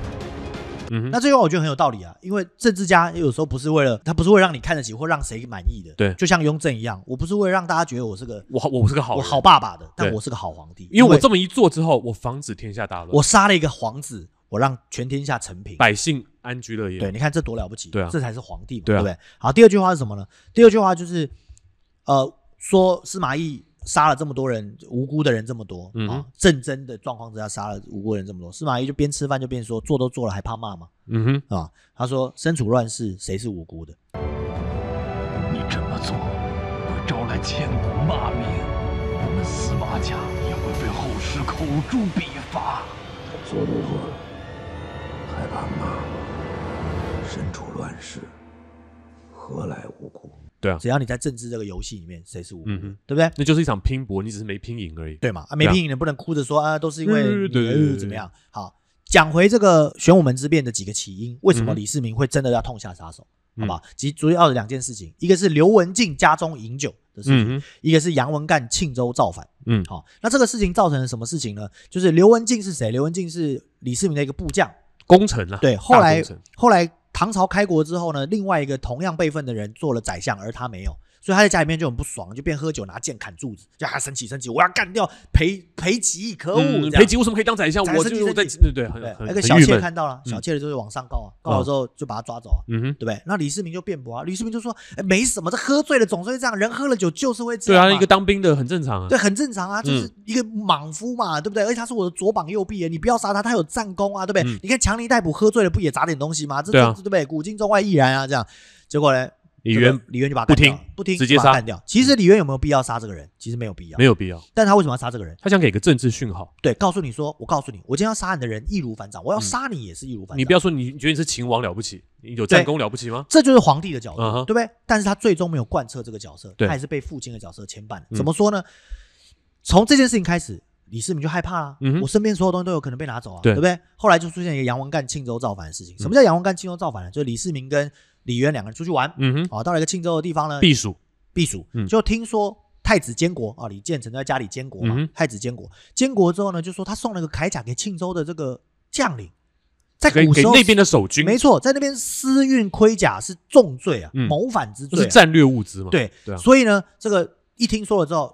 嗯哼，那这句话我觉得很有道理啊，因为政治家有时候不是为了他不是为了让你看得起或让谁满意的，对就像雍正一样，我不是为了让大家觉得我是个我好我是个好我人，好爸爸的，但对我是个好皇帝，因为我这么一做之后，我防止天下大乱。我杀了一个皇子，我让全天下成平。百姓安居乐业。对，你看这多了不起，对啊这才是皇帝嘛，对啊不对？好，第二句话是什么呢？第二句话就是，呃，说司马懿杀了这么多人，无辜的人这么多、嗯哼啊，战争的状况之下杀了无辜人这么多，司马懿就边吃饭就边说，做都做了还怕骂吗？嗯哼，啊，他说身处乱世，谁是无辜的？你这么做会招来千古骂名，我们司马家也会被后世口诛笔伐。做都做了，还怕骂？身处乱世，何来无辜？对啊，只要你在政治这个游戏里面，谁是无辜的？嗯哼对不对？那就是一场拼搏，你只是没拼赢而已。对嘛？啊，没对啊拼赢你不能哭着说啊，都是因为对对对你对对对呃怎么样？好，讲回这个玄武门之变的几个起因，为什嗯么哼李世民会真的要痛下杀手？好嗯吧，其实主要的两件事情，一个是刘文静家中饮酒的事情，嗯哼，一个是杨文干庆州造反。嗯，好，那这个事情造成了什么事情呢？就是刘文静是谁？刘文静是李世民的一个部将，功臣啊，对，大后来功臣后来唐朝开国之后呢，另外一个同样辈分的人做了宰相，而他没有，所以他在家里面就很不爽，就变喝酒拿剑砍柱子，就他生气生气，我要干掉裴裴吉，可恶！嗯，这样裴吉为什么可以当宰相？宰我相就就是是在自己对对，很对，很那个很小郁妾闷看到了，嗯哦小妾就是往上告啊，告了之后就把他抓走啊。嗯哼，对不对？那李世民就辩驳啊，李世民就说：“哎，没什么，这喝醉了总是会这样，人喝了酒就是会这对样啊，嘛。一个当兵的很正常啊。对，很正常啊，就是嗯一个莽夫嘛，对不对？而且他是我的左膀右臂，你不要杀他，他有战功啊，对不对？嗯你看强尼逮捕喝醉了不也砸点东西吗？这对这啊这对不对？古今中外亦然啊，这样。结果呢，李这个渊李渊就把他干不听掉了不听，直接就把他杀干掉。其实李渊有没有必要杀这个人？其实没有必要，没有必要，但他为什么要杀这个人？他想给个政治讯号。对，告诉你说，我告诉你，我今天要杀你的人易如反掌，我要杀你也是易如反掌。嗯你不要说你你觉得你是秦王了不起，你有战功了不起吗？这就是皇帝的角度，嗯哼对不对？但是他最终没有贯彻这个角色，对他还是被父亲的角色牵绊了。嗯怎么说呢？从这件事情开始，李世民就害怕啦、嗯哼我身边所有东西都有可能被拿走啊，对嗯不对？后来就出现一个杨文干庆州造反的事情。什么叫杨文干庆州造反呢？就是李世民跟李渊两个人出去玩，嗯哼，哦，到了一个庆州的地方呢，避暑。避暑，嗯就听说太子监国啊，李建成在家里监国嘛，嗯哼太子监国，监国之后呢，就说他送了个铠甲给庆州的这个将领，在给古给时候那边的守军，没错，在那边私运盔甲是重罪啊，嗯谋反之就罪、是啊。战略物资嘛。对，对啊，所以呢，这个一听说了之后，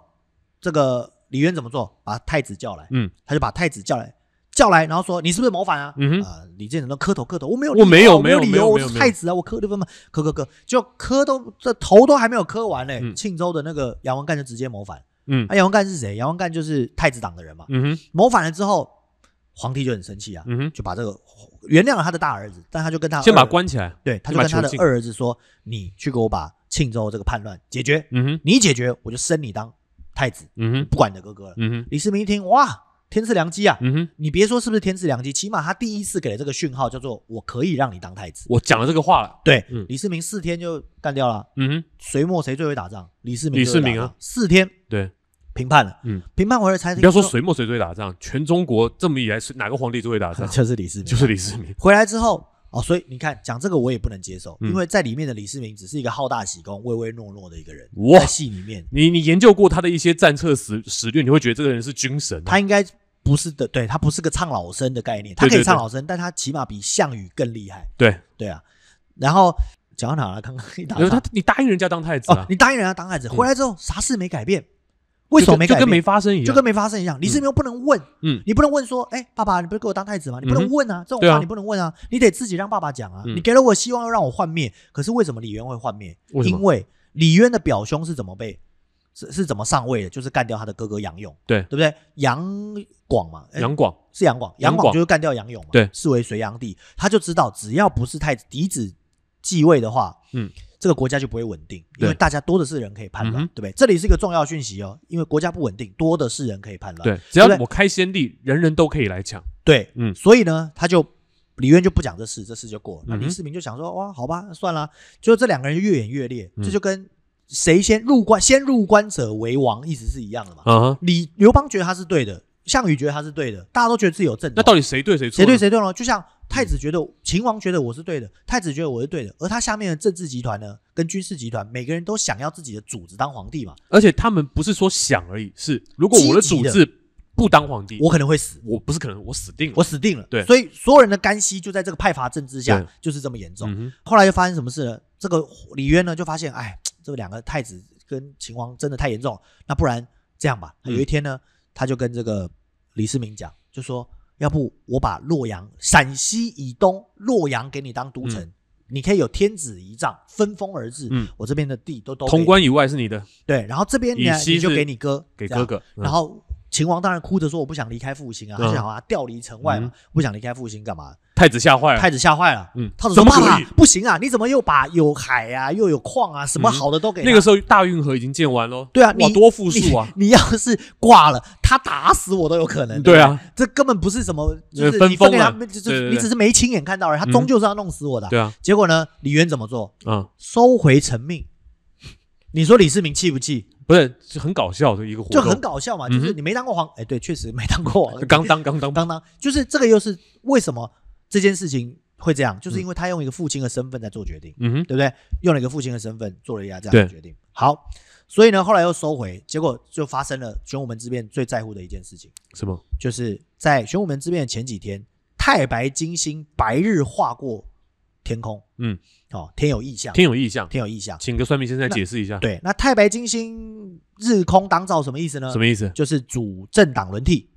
这个李渊怎么做？把太子叫来，嗯，他就把太子叫来，叫来，然后说你是不是谋反啊？嗯哼啊、李建成都磕头磕头，我没有理由我啊，没有我没有有理没有由，我没有是没有太子啊，我磕不不不磕磕磕，就磕都这头都还没有磕完嘞、嗯庆州的那个杨文干就直接谋反，嗯啊，杨文干是谁？杨文干就是太子党的人嘛，嗯哼，谋反了之后，皇帝就很生气啊，嗯哼就把这个原谅了他的大儿子，但他就跟他先把二关起来。对，他先就把跟他囚的禁二儿子说：“你去给我把庆州这个叛乱解决，嗯哼，你一解决我就升你当太子，嗯哼，不管你的哥哥了。嗯哼，李世民一听，哇，天赐良机啊！嗯哼，你别说是不是天赐良机，起码他第一次给了这个讯号，叫做我可以让你当太子。我讲了这个话了。对，嗯李世民四天就干掉了。嗯哼，隋末谁最会打仗？李世民李最会世打仗。民啊四天对，平叛了。嗯，平叛回来才？你不要说隋末谁最会打仗，全中国这么以来，谁哪个皇帝最会打仗 就是李世民啊，就是李世民。回来之后哦，所以你看讲这个我也不能接受，嗯因为在里面的李世民只是一个好大喜功、唯唯诺诺的一个人，哇在戏里面你你研究过他的一些战策史史略，你会觉得这个人是军神啊。他应该不是的，对他不是个唱老生的概念，他对可以对唱对老生，但他起码比项羽更厉害，对，对啊。然后讲到哪了？刚刚一打然后他岔你答应人家当太子哦啊，，你答应人家当太子，回来之后啥事没改变，为什么没就改跟就跟没变？发生一样，就跟没发生一样，李世民又不能问，嗯你不能问说，哎，爸爸，你不是给我当太子吗？你不嗯能哼问啊，这种对啊话你不能问啊，你得自己让爸爸讲啊。嗯你给了我希望，又让我幻灭，可是为什么李渊会幻灭？为什么因为李渊的表兄是怎么被是是怎么上位的？就是干掉他的哥哥杨勇，对对不对？杨广嘛，哎杨广，是杨广，杨杨广广就是干掉杨勇嘛，对视为隋炀帝，他就知道只要不是太子嫡子继位的话，嗯，这个国家就不会稳定，对因为大家多的是人可以叛乱，嗯哼对不对？这里是一个重要讯息哦，因为国家不稳定，多的是人可以叛乱，对，只要哎对不对我开先例，人人都可以来抢。对，嗯所以呢，他就李渊就不讲这事，这事就过了。那嗯哼李世民就想说，哇，好吧，算了，就这两个人就越演越烈，嗯这就跟谁先入关，先入关者为王，意思是一样的嘛。啊哈，李刘邦觉得他是对的，项羽觉得他是对的，大家都觉得自己有正统，那到底谁对谁错？嗯谁对？谁对呢？就像太子觉得秦王觉得我是对的，太子觉得我是对的，而他下面的政治集团呢，跟军事集团，每个人都想要自己的主子当皇帝嘛，而且他们不是说想而已，是如果我的积极主的子不当皇帝，我可能会死。我不是可能我死定了。我死定了，对所以所有人的干系就在这个派阀政治下对，就是这么严重。嗯哼，后来就发生什么事呢？这个李渊呢就发现，哎，这两个太子跟秦王真的太严重了，那不然这样吧，嗯有一天呢，他就跟这个李世民讲，就说：“要不我把洛阳、陕西以东洛阳给你当都城，嗯你可以有天子仪仗，分封而治。嗯我这边的地都都给潼你关以外是你的，对，然后这边以呢西你就是给你哥给这样哥哥嗯然后秦王当然哭着说我不想离开父亲啊，他嗯想啊调离城外嘛，不想离开父亲干嘛？太子吓坏了，太子吓坏了，嗯太子说怎么可爸以爸不行啊，你怎么又把有海啊又有矿啊什么嗯好的都给那个他时候大运河已经建完喽，对啊，哇，你多富庶啊，你！你要是挂了，他打死我都有可能。对不啊，这根本不是什么，就呃是分你分封给他了们，就对对是对你只是没亲眼看到而已，他嗯终究是要弄死我的。对啊，结果呢，李渊怎么做？嗯，收回成命。你说李世民气不气？不是，就很搞笑的一个活就动，很搞笑嘛，就嗯是哼你没当过皇，哎，对，确实没当过 皇刚当刚当，当当，就是这个又是为什么这件事情会这样，就是因为他用一个父亲的身份在做决定，嗯哼，对不对？用了一个父亲的身份做了一下这样的对决定。好，所以呢，后来又收回，结果就发生了玄武门之变最在乎的一件事情，什么？就是在玄武门之变的前几天，太白金星白日划过天空，嗯，哦，天有异象，挺有意向，天有异象。请个算命先生来解释一下，，对，那太白金星日空当造什么意思呢？什么意思？就是主政党轮替。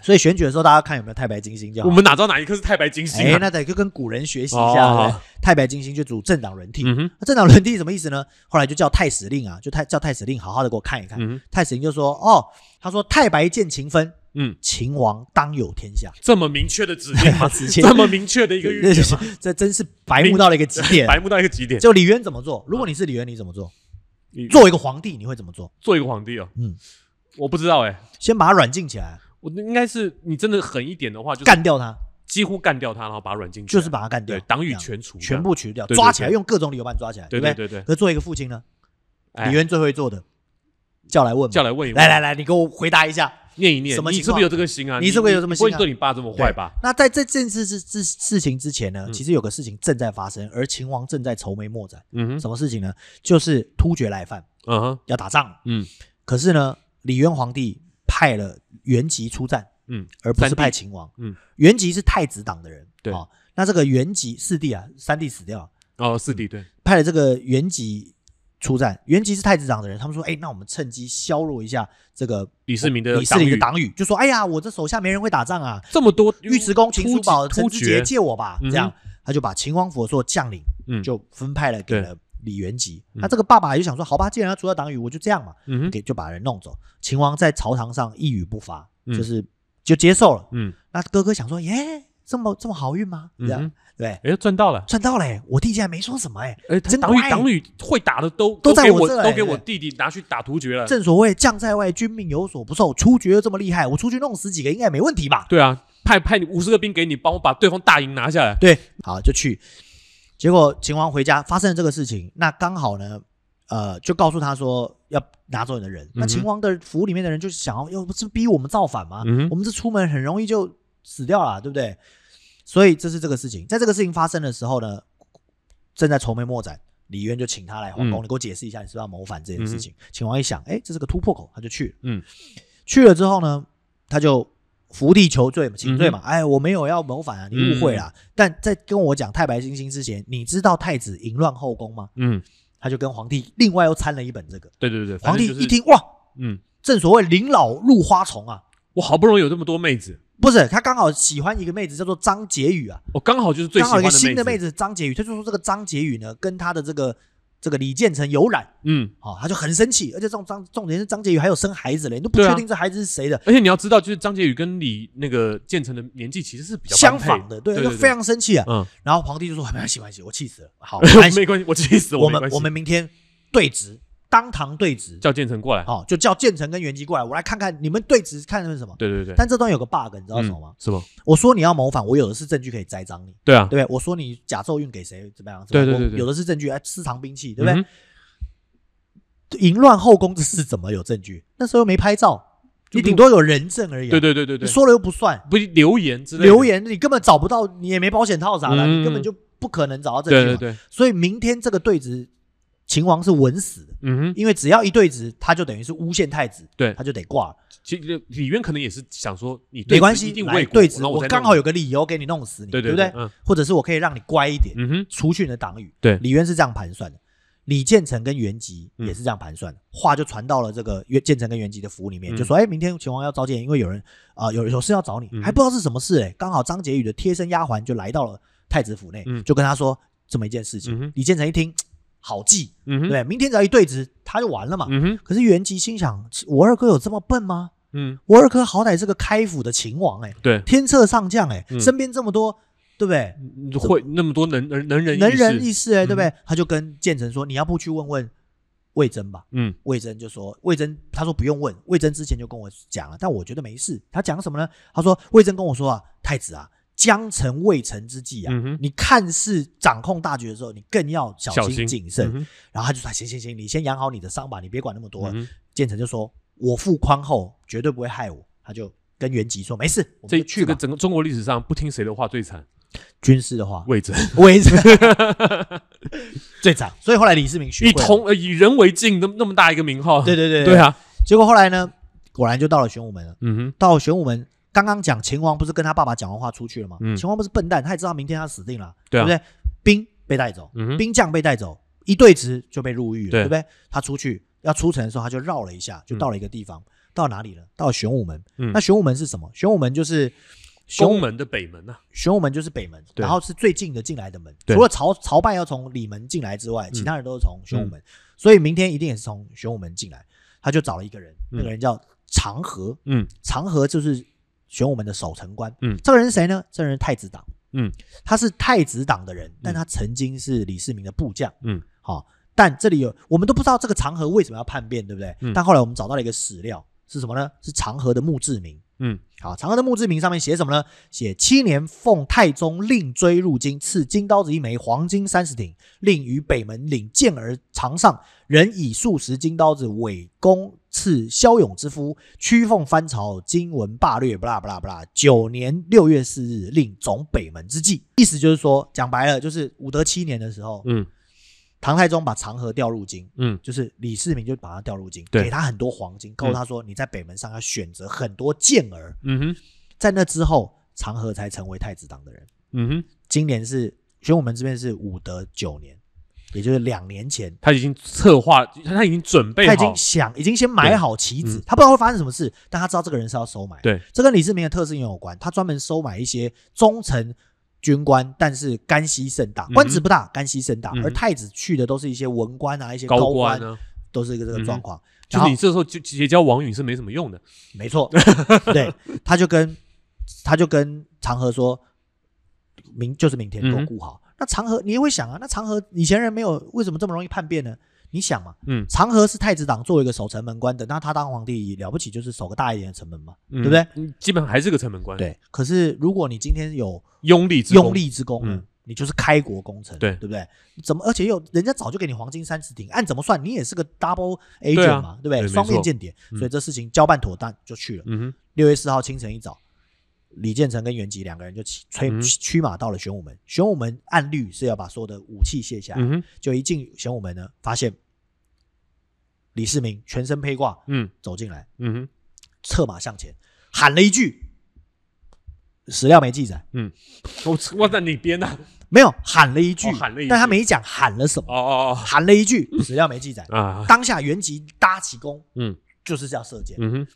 所以选举的时候，大家看有没有太白金星就好。我们哪知道哪一颗是太白金星哎、啊？那得就跟古人学习一下。哦对不对太白金星就主政党轮替。嗯哼，啊那政党轮替什么意思呢？ 后来就叫太史令啊，就太叫太史令好好的给我看一看。嗯哼太史令就说：“哦，他说太白见秦分，嗯，秦王当有天下。这么明确 的指令吗？直接这么明确的一个 预这言吗，这真是白目到了一个极点。白目到一个极 点。就李渊怎么做？如果你是李渊，你怎么做？你作为一个皇帝，你会怎么做？做一个皇帝哦，嗯，我不知道哎，先把他软禁起来，我应该是你真的狠一点的话，就是干掉他，几乎干掉他，然后把他软禁起来，就是把他干掉，对党羽这样全除，全部取掉，对对抓起来，对用各种理由把你抓起来，对不对对嗯对对可作为一个父亲呢，哎李渊最会做的，叫来问嘛，叫来问一问，来来来，你给我回答一下，念一念，什么你情是不况是有这个心啊？你是不是有这么你不会心啊对你爸这么坏吧？那在这件事事事事情之前呢，其实有个事情正在发生，而秦王正在愁眉莫展。嗯哼，什么事情呢？就是突厥来犯，嗯哼，要打仗了。嗯可是呢，李渊皇帝派了元吉出战，嗯，而不是三弟派秦王。嗯，元吉是太子党的人。对哦，那这个元吉四弟啊，三弟死掉了，哦，四弟对，派了这个元吉出战。元吉是太子党的人，他们说：“哎，那我们趁机削弱一下这个李世民的李世民的党党羽。”就说：“哎呀，我这手下没人会打仗啊，这么多尉迟恭、秦叔宝、陈突知节厥，借我吧。”嗯哼这样，他就把秦王府做将领嗯就分派了给对了李元吉。那这个爸爸就想说：“好吧，既然要除掉党羽，我就这样嘛。”嗯哼给就把人弄走。秦王在朝堂上一语不发，嗯就是就接受了。嗯，那哥哥想说，耶，这么这么好运吗？这样、嗯哼对，哎，赚到了。赚到嘞！我弟竟然没说什么哎，哎，真党羽乖党羽会打的都都在给我我这都哎给我对弟弟拿去打突厥了。正所谓将在外，君命有所不受。出绝又这么厉害，我出去弄死几个应该也没问题吧？对啊，派派你五十个兵给你，帮我把对方大营拿下来。对，好就去。结果秦王回家发生了这个事情，那刚好呢，呃，就告诉他说要拿走你的人。那秦嗯哼王的府里面的人就想要，要不是逼我们造反吗？嗯哼我们这出门很容易就死掉了，啊对不对？所以这是这个事情，在这个事情发生的时候呢，正在愁眉莫展，李渊就请他来皇宫，嗯你给我解释一下，你是不是要谋反这件事情？秦王一想，哎，这是个突破口，他就去了。嗯，去了之后呢，他就伏地求罪嘛，请罪嘛。嗯哎，我没有要谋反啊，你误会啦。但在跟我讲太白金星之前，你知道太子淫乱后宫吗？嗯，他就跟皇帝另外又参了一本这个。对对对，反皇帝正就是一，听，哇，嗯，正所谓临老入花丛啊，我好不容易有这么多妹子，不是他刚好喜欢一个妹子叫做张婕妤啊，我刚好就是最刚喜好欢有一个新的妹妹子。子张婕妤，他就说这个张婕妤呢跟他的这个这个李建成有染。嗯，哦，他就很生气，而且这种张重点是张婕妤还有生孩子嘞，你都不对确啊定这孩子是谁的，而且你要知道，就是张婕妤跟李那个建成的年纪其实是比较相般配仿的，对，对，就对非常生气啊。嗯，然后皇帝就说：“哎没关系，没关系，我气死了。 好，没关系，没关系，我气死我没们关系我们明天对质，当堂对质，叫建成过来。好、就叫建成跟袁吉过来，我来看看你们对质看的是什么。对对对，但这段有个 bug，你知道嗯什么吗？什么？我说你要谋反，我有的是证据可以栽赃你，对啊，对不对？我说你假咒运给谁怎么样？怎么样对对我对嗯对有的是证据，哎，私藏兵器，对对不对？？淫乱后宫这事怎么有证据？那时候又没拍照，就你顶多有人证而已、啊。对对对对你对，说了又不算，不是留言之类的，留言你根本找不到，你也没保险套啥的，嗯你根本就不可能找到证据对嘛。对对，所以明天这个对子，秦王是稳死的，嗯哼，因为只要一对子，他就等于是诬陷太子，对他就得挂了。其实李渊可能也是想说，你对没关此系，一定来为对子，我我刚好有个理由给你弄死你，对不对对对嗯？或者是我可以让你乖一点，嗯哼，除去你的党羽。对嗯李渊是这样盘算的。李建成跟袁吉也是这样盘算的，话就传到了这个袁建成跟袁吉的府里面，嗯就说：“哎，明天秦王要召见，因为有人啊、有有事要找你，嗯还不知道是什么事哎、刚好张婕妤的贴身丫鬟就来到了太子府内，嗯就跟他说这么一件事情。嗯哼李建成一听，嘖好记，嗯哼，对，啊明天只要一对质，他就完了嘛。嗯哼，可是袁吉心想：我二哥有这么笨吗？嗯，我二哥好歹是个开府的秦王哎、 对，天策上将哎、嗯身边这么多，对不对？嗯会那么多能能能人能异人士异士哎、对不对嗯？他就跟建成说：“你要不去问问魏征吧？”嗯魏征就说：“魏征，他说不用问，魏征之前就跟我讲了，但我觉得没事。他讲什么呢？他说魏征跟我说啊，太子啊，将成未成之际啊，嗯哼你看似掌控大局的时候，你更要小小心心谨慎。嗯哼然后他就说：行行行，你先养好你的伤吧，你别管那么多。嗯哼建成就说：我付宽厚，绝对不会害我。他就跟袁吉说：没事，我们这就去这吧。个整个中国历史上不听谁的话最惨，军师的话，魏 征魏征 最惨。所以后来李世民学以会了啊同呃以人为镜，那么那么大一个名号，对对对对啊，结果后来呢，果然就到了玄武门了。嗯哼，到玄武门，刚刚讲秦王不是跟他爸爸讲完话出去了吗？嗯秦王不是笨蛋，他也知道明天他死定了，对啊不对？兵被带走，嗯哼兵将被带走，一对直就被入狱了，对对不对？他出去要出城的时候，他就绕了一下，就到了一个地方，到哪里了？到玄武门。嗯那玄武门是什么？玄武门就是玄武宫门的北门啊呐，玄武门就是北门，对然后是最近的进来的门。除对嗯了朝朝拜要从里门进来之外，其他人都是从玄武门，所以明天一定也是从玄武门进来。他就找了一个人，那个人叫长河，嗯长河就是玄武门的守城官。嗯这个人是谁呢？这个人是太子党，嗯他是太子党的人，但他曾经是李世民的部将。嗯，好、但这里有我们都不知道这个长河为什么要叛变，对不对？嗯但后来我们找到了一个史料，是什么呢？是长河的墓志铭。嗯好，长河的墓志铭上面写什么呢？写七年奉太宗令追入京，赐金刀子一枚，黄金三十挺，令于北门领剑而长上，人以数十金刀子伪公赐骁勇之夫，屈奉藩朝，今闻霸略，不啦不啦不啦。九年六月四日，令总北门之际。意思就是说，讲白了，就是武德七年的时候，嗯唐太宗把长河调入京，嗯就是李世民就把他调入京，对给他很多黄金，告诉他说你在北门上要选择很多健儿。嗯哼在那之后，长河才成为太子党的人。嗯哼，今年是玄武门这边是武德九年，也就是两年前，他已经策划，他他已经准备他已哎好经，想已经先埋好棋子嗯，他不知道会发生什么事，但他知道这个人是要收买。，对，这跟李世民的特性也有关，他专门收买一些忠诚。军官，但是干系甚大，嗯哼官职不大，干系甚大。嗯哼而太子去的都是一些文官啊，一些高官官，嗯呢，都是一个这个状况。然就后你这时候就结交王允是没什么用的，没 错，对，他就跟他就跟长河说，明就是明天给我嗯顾好。那长河你也会想啊，那长河以前人没有，为什么这么容易叛变呢？你想嘛，嗯长河是太子党作为一个守城门官，等到他当皇帝了不起就是守个大一点的城门嘛，嗯对不对？嗯基本上还是个城门关，，对。可是如果你今天有拥立之功拥，立之功呢，啊嗯你就是开国功臣，对对不对？怎么而且又人家早就给你黄金三十挺，按怎么算你也是个 double agent 对啊嘛，对不对？对没双面错间谍，所以嗯这事情交办妥当就去了。嗯六月四号清晨一早，李建成跟袁吉两个人就骑催嗯驱驱马到了玄武门。玄武门按律是要把所有的武器卸下哼来，嗯哼就一进玄武门呢，发现李世民全身披挂嗯走进来，嗯哼策马向前，喊了一句，史料没记载，嗯，我我在你编的，没有喊了一句，哦喊了一句但他没讲喊了什么，哦 哦喊了一句，史料没记载。哦啊，当下袁吉搭起弓，嗯就是要射箭。嗯哼，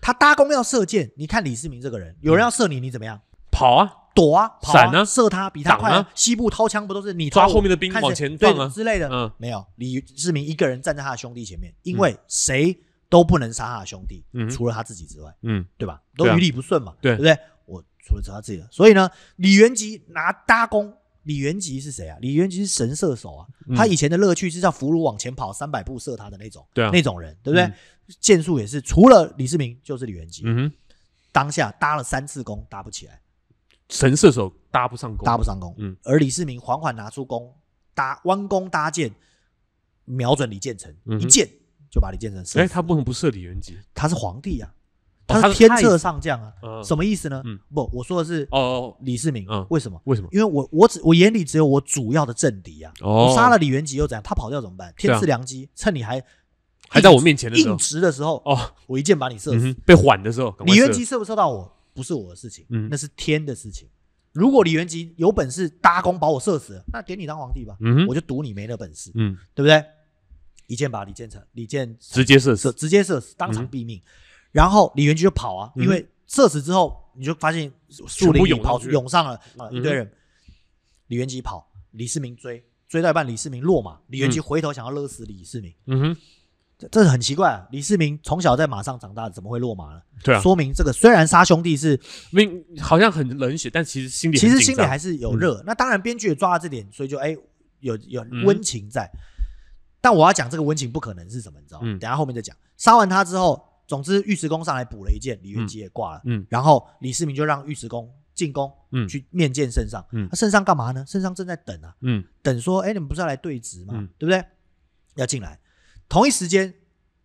他搭弓要射箭，你看李世民这个人，有嗯人要射你，你怎么样？跑啊，躲啊，跑闪啊射他，比他快、挡啊西部掏枪不都是你抓掏我后面的兵看谁往前对放啊之类的？嗯没有，李世民一个人站在他的兄弟前面，因为谁都不能杀他的兄弟，嗯哼除了他自己之外，嗯对吧？都对啊于理不顺嘛，对不对？我除了他自己的，所以呢，李元吉拿搭弓。李元吉是谁啊？李元吉是神射手啊，嗯他以前的乐趣是叫俘虏往前跑三百步射他的那种，对啊那种人，对不对？嗯箭术也是，除了李世民就是李元吉，嗯哼，当下搭了三次弓，搭不起来，神射手搭不上弓，搭不上弓。嗯而李世民缓缓拿出弓，搭弯弓搭箭，瞄准李建成，嗯哼一箭就把李建成射死。哎，他为什么不射李元吉？他是皇帝啊，哦他他是是天太策子上将啊，嗯什么意思呢？嗯不，我说的是哦，李世民，嗯为什么？为什么？因为我我只我眼里只有我主要的政敌啊，哦我杀了李元吉又怎样？他跑掉怎么办？对啊天赐良机，趁你还还在我面前的时候硬，直的时候，哦，我一箭把你射嗯死。哼，被缓的时候，赶快李元射吉射不射到我，不是我的事情，嗯那是天的事情。如果李元吉有本事搭弓把我射死了，那给你当皇帝吧，嗯哼我就赌你没那本事，嗯对不对？一箭把李建成、李建直接射射死。嗯直接射死，当场毙命。然后李元吉就跑啊，因为射死之后，你就发现树林全部里涌上跑去涌上了呃嗯一堆人。李元吉跑，李世民追，追到一半，李世民落马，李元吉嗯回头想要勒死李世民，嗯哼，这这很奇怪、啊。李世民从小在马上长大，怎么会落马呢？对啊，说明这个虽然杀兄弟是，明好像很冷血，但其实心里其很实紧心里张还是有热。那当然，编剧也抓到这点，所以就哎有有嗯温情在。但我要讲这个温情不可能是什么，你知道吗？嗯等一下后面再讲。杀完他之后，总之尉迟恭上来补了一箭，李元吉也挂了。嗯然后李世民就让尉迟恭进宫，嗯去面见圣上。嗯那圣上干嘛呢？圣上正在等啊，嗯等说，哎，你们不是要来对质吗？嗯对不对？要进来。同一时间，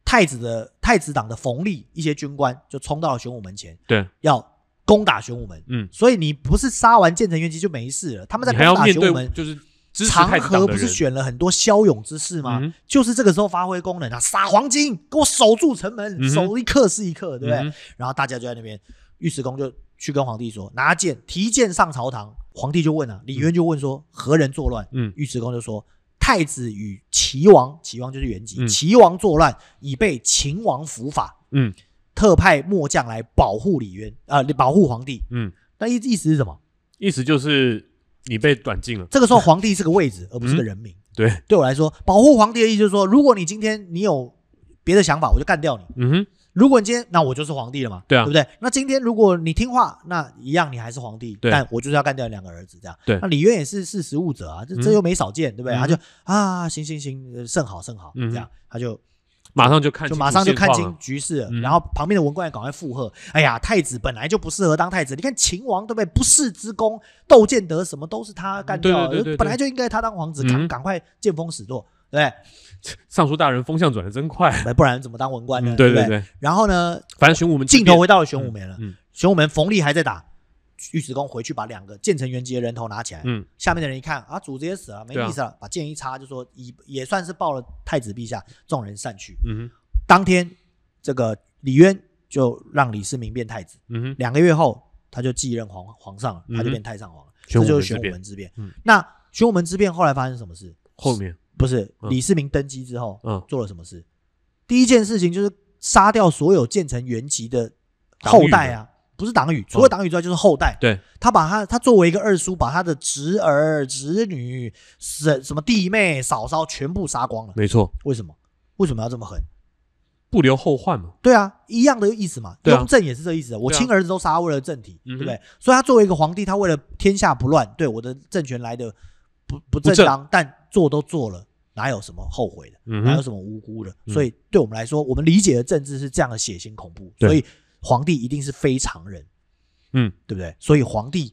太子的太子党的冯立一些军官就冲到了玄武门前，对，要攻打玄武门。嗯，所以你不是杀完建成元吉就没事了，他们在你还要攻打面玄对武门。就是支持长太子党河的不是人，选了很多骁勇之士吗？嗯哼就是这个时候发挥功能啊，撒黄金，给我守住城门，嗯哼守一刻是一刻，对不对？嗯哼然后大家就在那边，尉迟恭就去跟皇帝说，拿剑提剑上朝堂。皇帝就问啊，李渊就问说，何人作乱？嗯尉迟恭就说，太子与齐王，齐王就是元吉，嗯齐王作乱，已被秦王伏法，嗯特派末将来保护李渊，呃，保护皇帝。嗯，那意意思是什么？意思就是你被软禁了，这个时候皇帝是个位 置，而不是个人名。对，对我来说，保护皇帝的意思就是说，如果你今天你有别的想法，我就干掉你；嗯哼，如果你今天，那我就是皇帝了嘛，对啊对不对？那今天如果你听话，那一样你还是皇帝，对但我就是要干掉你两个儿子这样。对那李渊也是识时务者啊，这嗯这又没少见，对不对？嗯他就啊，行行行，呃甚好甚好，嗯这样他就马上就看就清马楚上就现看况清了，局势了，嗯然后旁边的文官也赶快附和。哎呀，太子本来就不适合当太子，你看秦王对不对？不世之功，窦建德什么都是他干掉嗯对对对的，对对本来就应该他当皇子，赶嗯赶快见风使舵，对尚书大人风向转的真快，不对？不然怎么当文官呢？嗯对不对对。对，然后呢，反正玄武门镜这头边回到了玄武门了，嗯玄武门冯立还在打。尉迟恭回去把两个建成元吉的人头拿起来，嗯下面的人一看啊，主子也死了，没对啊意思了，把剑一插，就说以也算是报了太子陛下，众人散去。嗯哼当天，这个李渊就让李世民变太子，嗯哼，两个月后他就继任皇皇上了，嗯哼他就变太上皇了，这玄武门就是之玄武变门之变。嗯那玄武门之变后来发生什么事？后面不是嗯李世民登基之后，嗯做了什么事？第一件事情就是杀掉所有建成元吉的后代啊，不是党羽，除了党羽之外就是后代。嗯对，他把他他作为一个二叔，把他的侄儿、侄女、什什么弟妹、嫂嫂全部杀光了。没错，为什么？为什么要这么狠？不留后患嘛，对啊，一样的意思嘛。对啊雍正也是这意思，我对啊亲儿子都杀，为了政体，对嗯哼不对？所以他作为一个皇帝，他为了天下不乱，对我的政权来的不不正当，但做都做了，哪有什么后悔的，嗯哼哪有什么无辜的？嗯所以对我们来说，我们理解的政治是这样的血腥恐怖，对所以皇帝一定是非常人，嗯，对不对？所以皇帝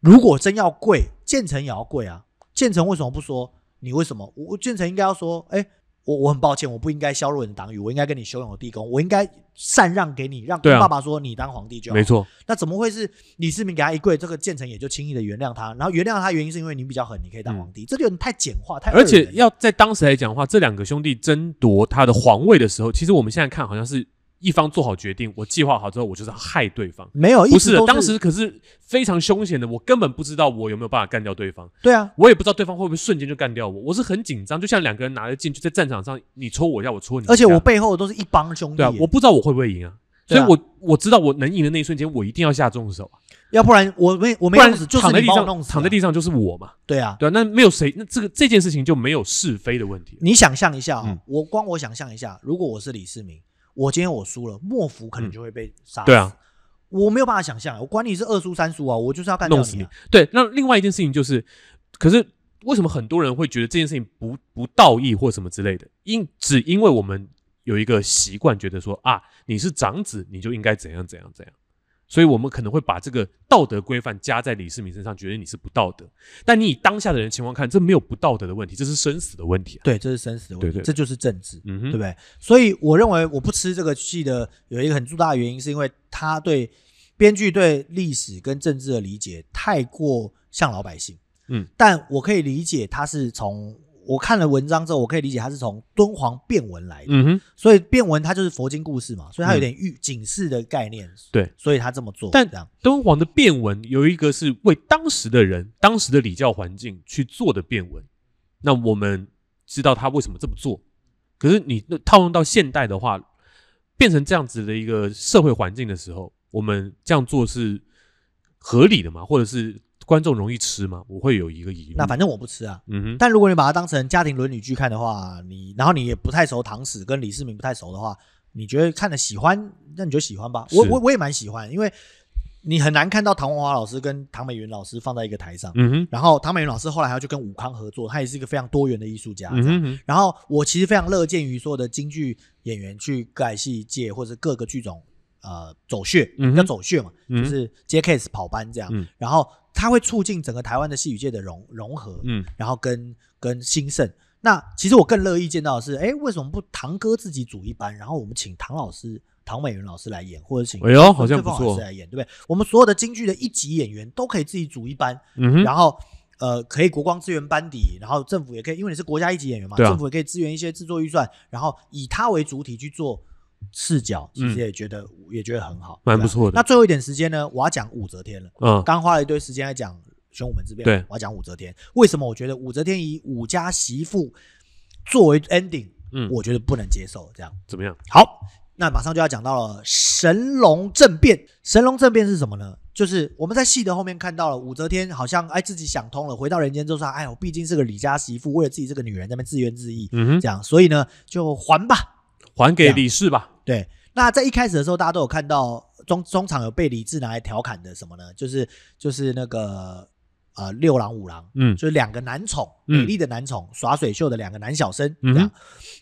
如果真要跪，建成也要跪啊。建成为什么不说？你为什么？我建成应该要说，哎，我我很抱歉，我不应该削弱你的党羽，我应该跟你修勇地宫，我应该禅让给你，让对啊爸爸说你当皇帝就好。没。错，那怎么会是李世民给他一跪，这个建成也就轻易的原谅他？然后原谅他原因是因为你比较狠，你可以当皇帝，这就有点太简化，太嗯而且二元了要在当时来讲的话，这两个兄弟争夺他的皇位的时候，其实我们现在看好像是一方做好决定，我计划好之后，我就是要害对方。没有，不一直是的都，当时可是非常凶险的，我根本不知道我有没有办法干掉对方，对啊，我也不知道对方会不会瞬间就干掉我，我是很紧张，就像两个人拿着剑就在战场上，你戳我一下，我戳你一下，而且我背后都是一帮兄弟对耶，啊，我不知道我会不会赢啊，对所啊以我我知道我能赢的那一瞬间，我一定要下重手啊，要不然我没我不没然弄死，就是躺在你地把我弄上死啊，躺在地上就是我嘛，对啊，对啊，那没有谁，那这个这件事情就没有是非的问题了，你想象一下啊、嗯我光我想象一下，如果我是李世民，我今天我输了，莫福可能就会被杀、嗯对啊，，我没有办法想象，我管你是二叔三叔啊，我就是要干掉弄死你、你啊。。对，那另外一件事情就是，可是为什么很多人会觉得这件事情不不道义或什么之类的？因只因为我们有一个习惯，觉得说啊，你是长子，你就应该怎样怎样怎样。所以我们可能会把这个道德规范加在李世民身上，觉得你是不道德。但你以当下的人情况看，这没有不道德的问题，这是生死的问题啊。对，这是生死的问题，对对对这就是政治，对嗯哼不对？所以我认为我不吃这个戏的有一个很重大的原因，是因为他对编剧对历史跟政治的理解太过像老百姓。嗯，但我可以理解他是从我看了文章之后，我可以理解他是从敦煌变文来的。嗯哼，所以变文它就是佛经故事嘛，所以它有点预警示的概念。对，所以他这么做。但这样，敦煌的变文有一个是为当时的人、当时的礼教环境去做的变文，那我们知道他为什么这么做，可是你那套用到现代的话，变成这样子的一个社会环境的时候，我们这样做是合理的吗？或者是观众容易吃吗？我会有一个疑虑。那反正我不吃啊。嗯哼，但如果你把它当成家庭伦理剧看的话，你然后你也不太熟唐史跟李世民不太熟的话，你觉得看了喜欢，那你就喜欢吧。我是我我也蛮喜欢，因为你很难看到唐文华老师跟唐美云老师放在一个台上。嗯哼，然后唐美云老师后来还要去跟武康合作，他也是一个非常多元的艺术家。嗯这样哼哼，然后我其实非常乐见于所有的京剧演员去改戏界或者各个剧种呃走穴，嗯哼要走穴嘛，嗯就是接 case 跑班这样。嗯然后它会促进整个台湾的戏剧界的融融合，嗯然后跟跟兴盛。那其实我更乐意见到的是，哎，为什么不堂哥自己组一班，然后我们请唐老师、唐美云老师来演，或者请哎呦孙好像翠凤不错老师来演，对不对？我们所有的京剧的一级演员都可以自己组一班，嗯哼，然后呃，可以国光资源班底，然后政府也可以，因为你是国家一级演员嘛，对啊政府也可以支援一些制作预算，然后以它为主体去做视角，其实也觉得、也觉得很好，嗯蛮对啊不错的那最后一点时间呢，我要讲武则天了，嗯刚花了一堆时间来讲玄武门之变，对我要讲武则天。为什么我觉得武则天以武家媳妇作为 ending，嗯我觉得不能接受这样。怎么样？好，那马上就要讲到了神龙政变。神龙政变是什么呢？就是我们在戏的后面看到了武则天好像哎自己想通了，回到人间之后说，哎，我毕竟是个李家媳妇，为了自己这个女人在那边自怨自艾，嗯这哼，样，所以呢就还吧。还这给样李氏吧。对，那在一开始的时候，大家都有看到中中场有被李治拿来调侃的什么呢？就是就是那个呃六郎五郎，嗯就是两个男宠，嗯美丽的男宠，耍水袖的两个男小生。嗯哼这样，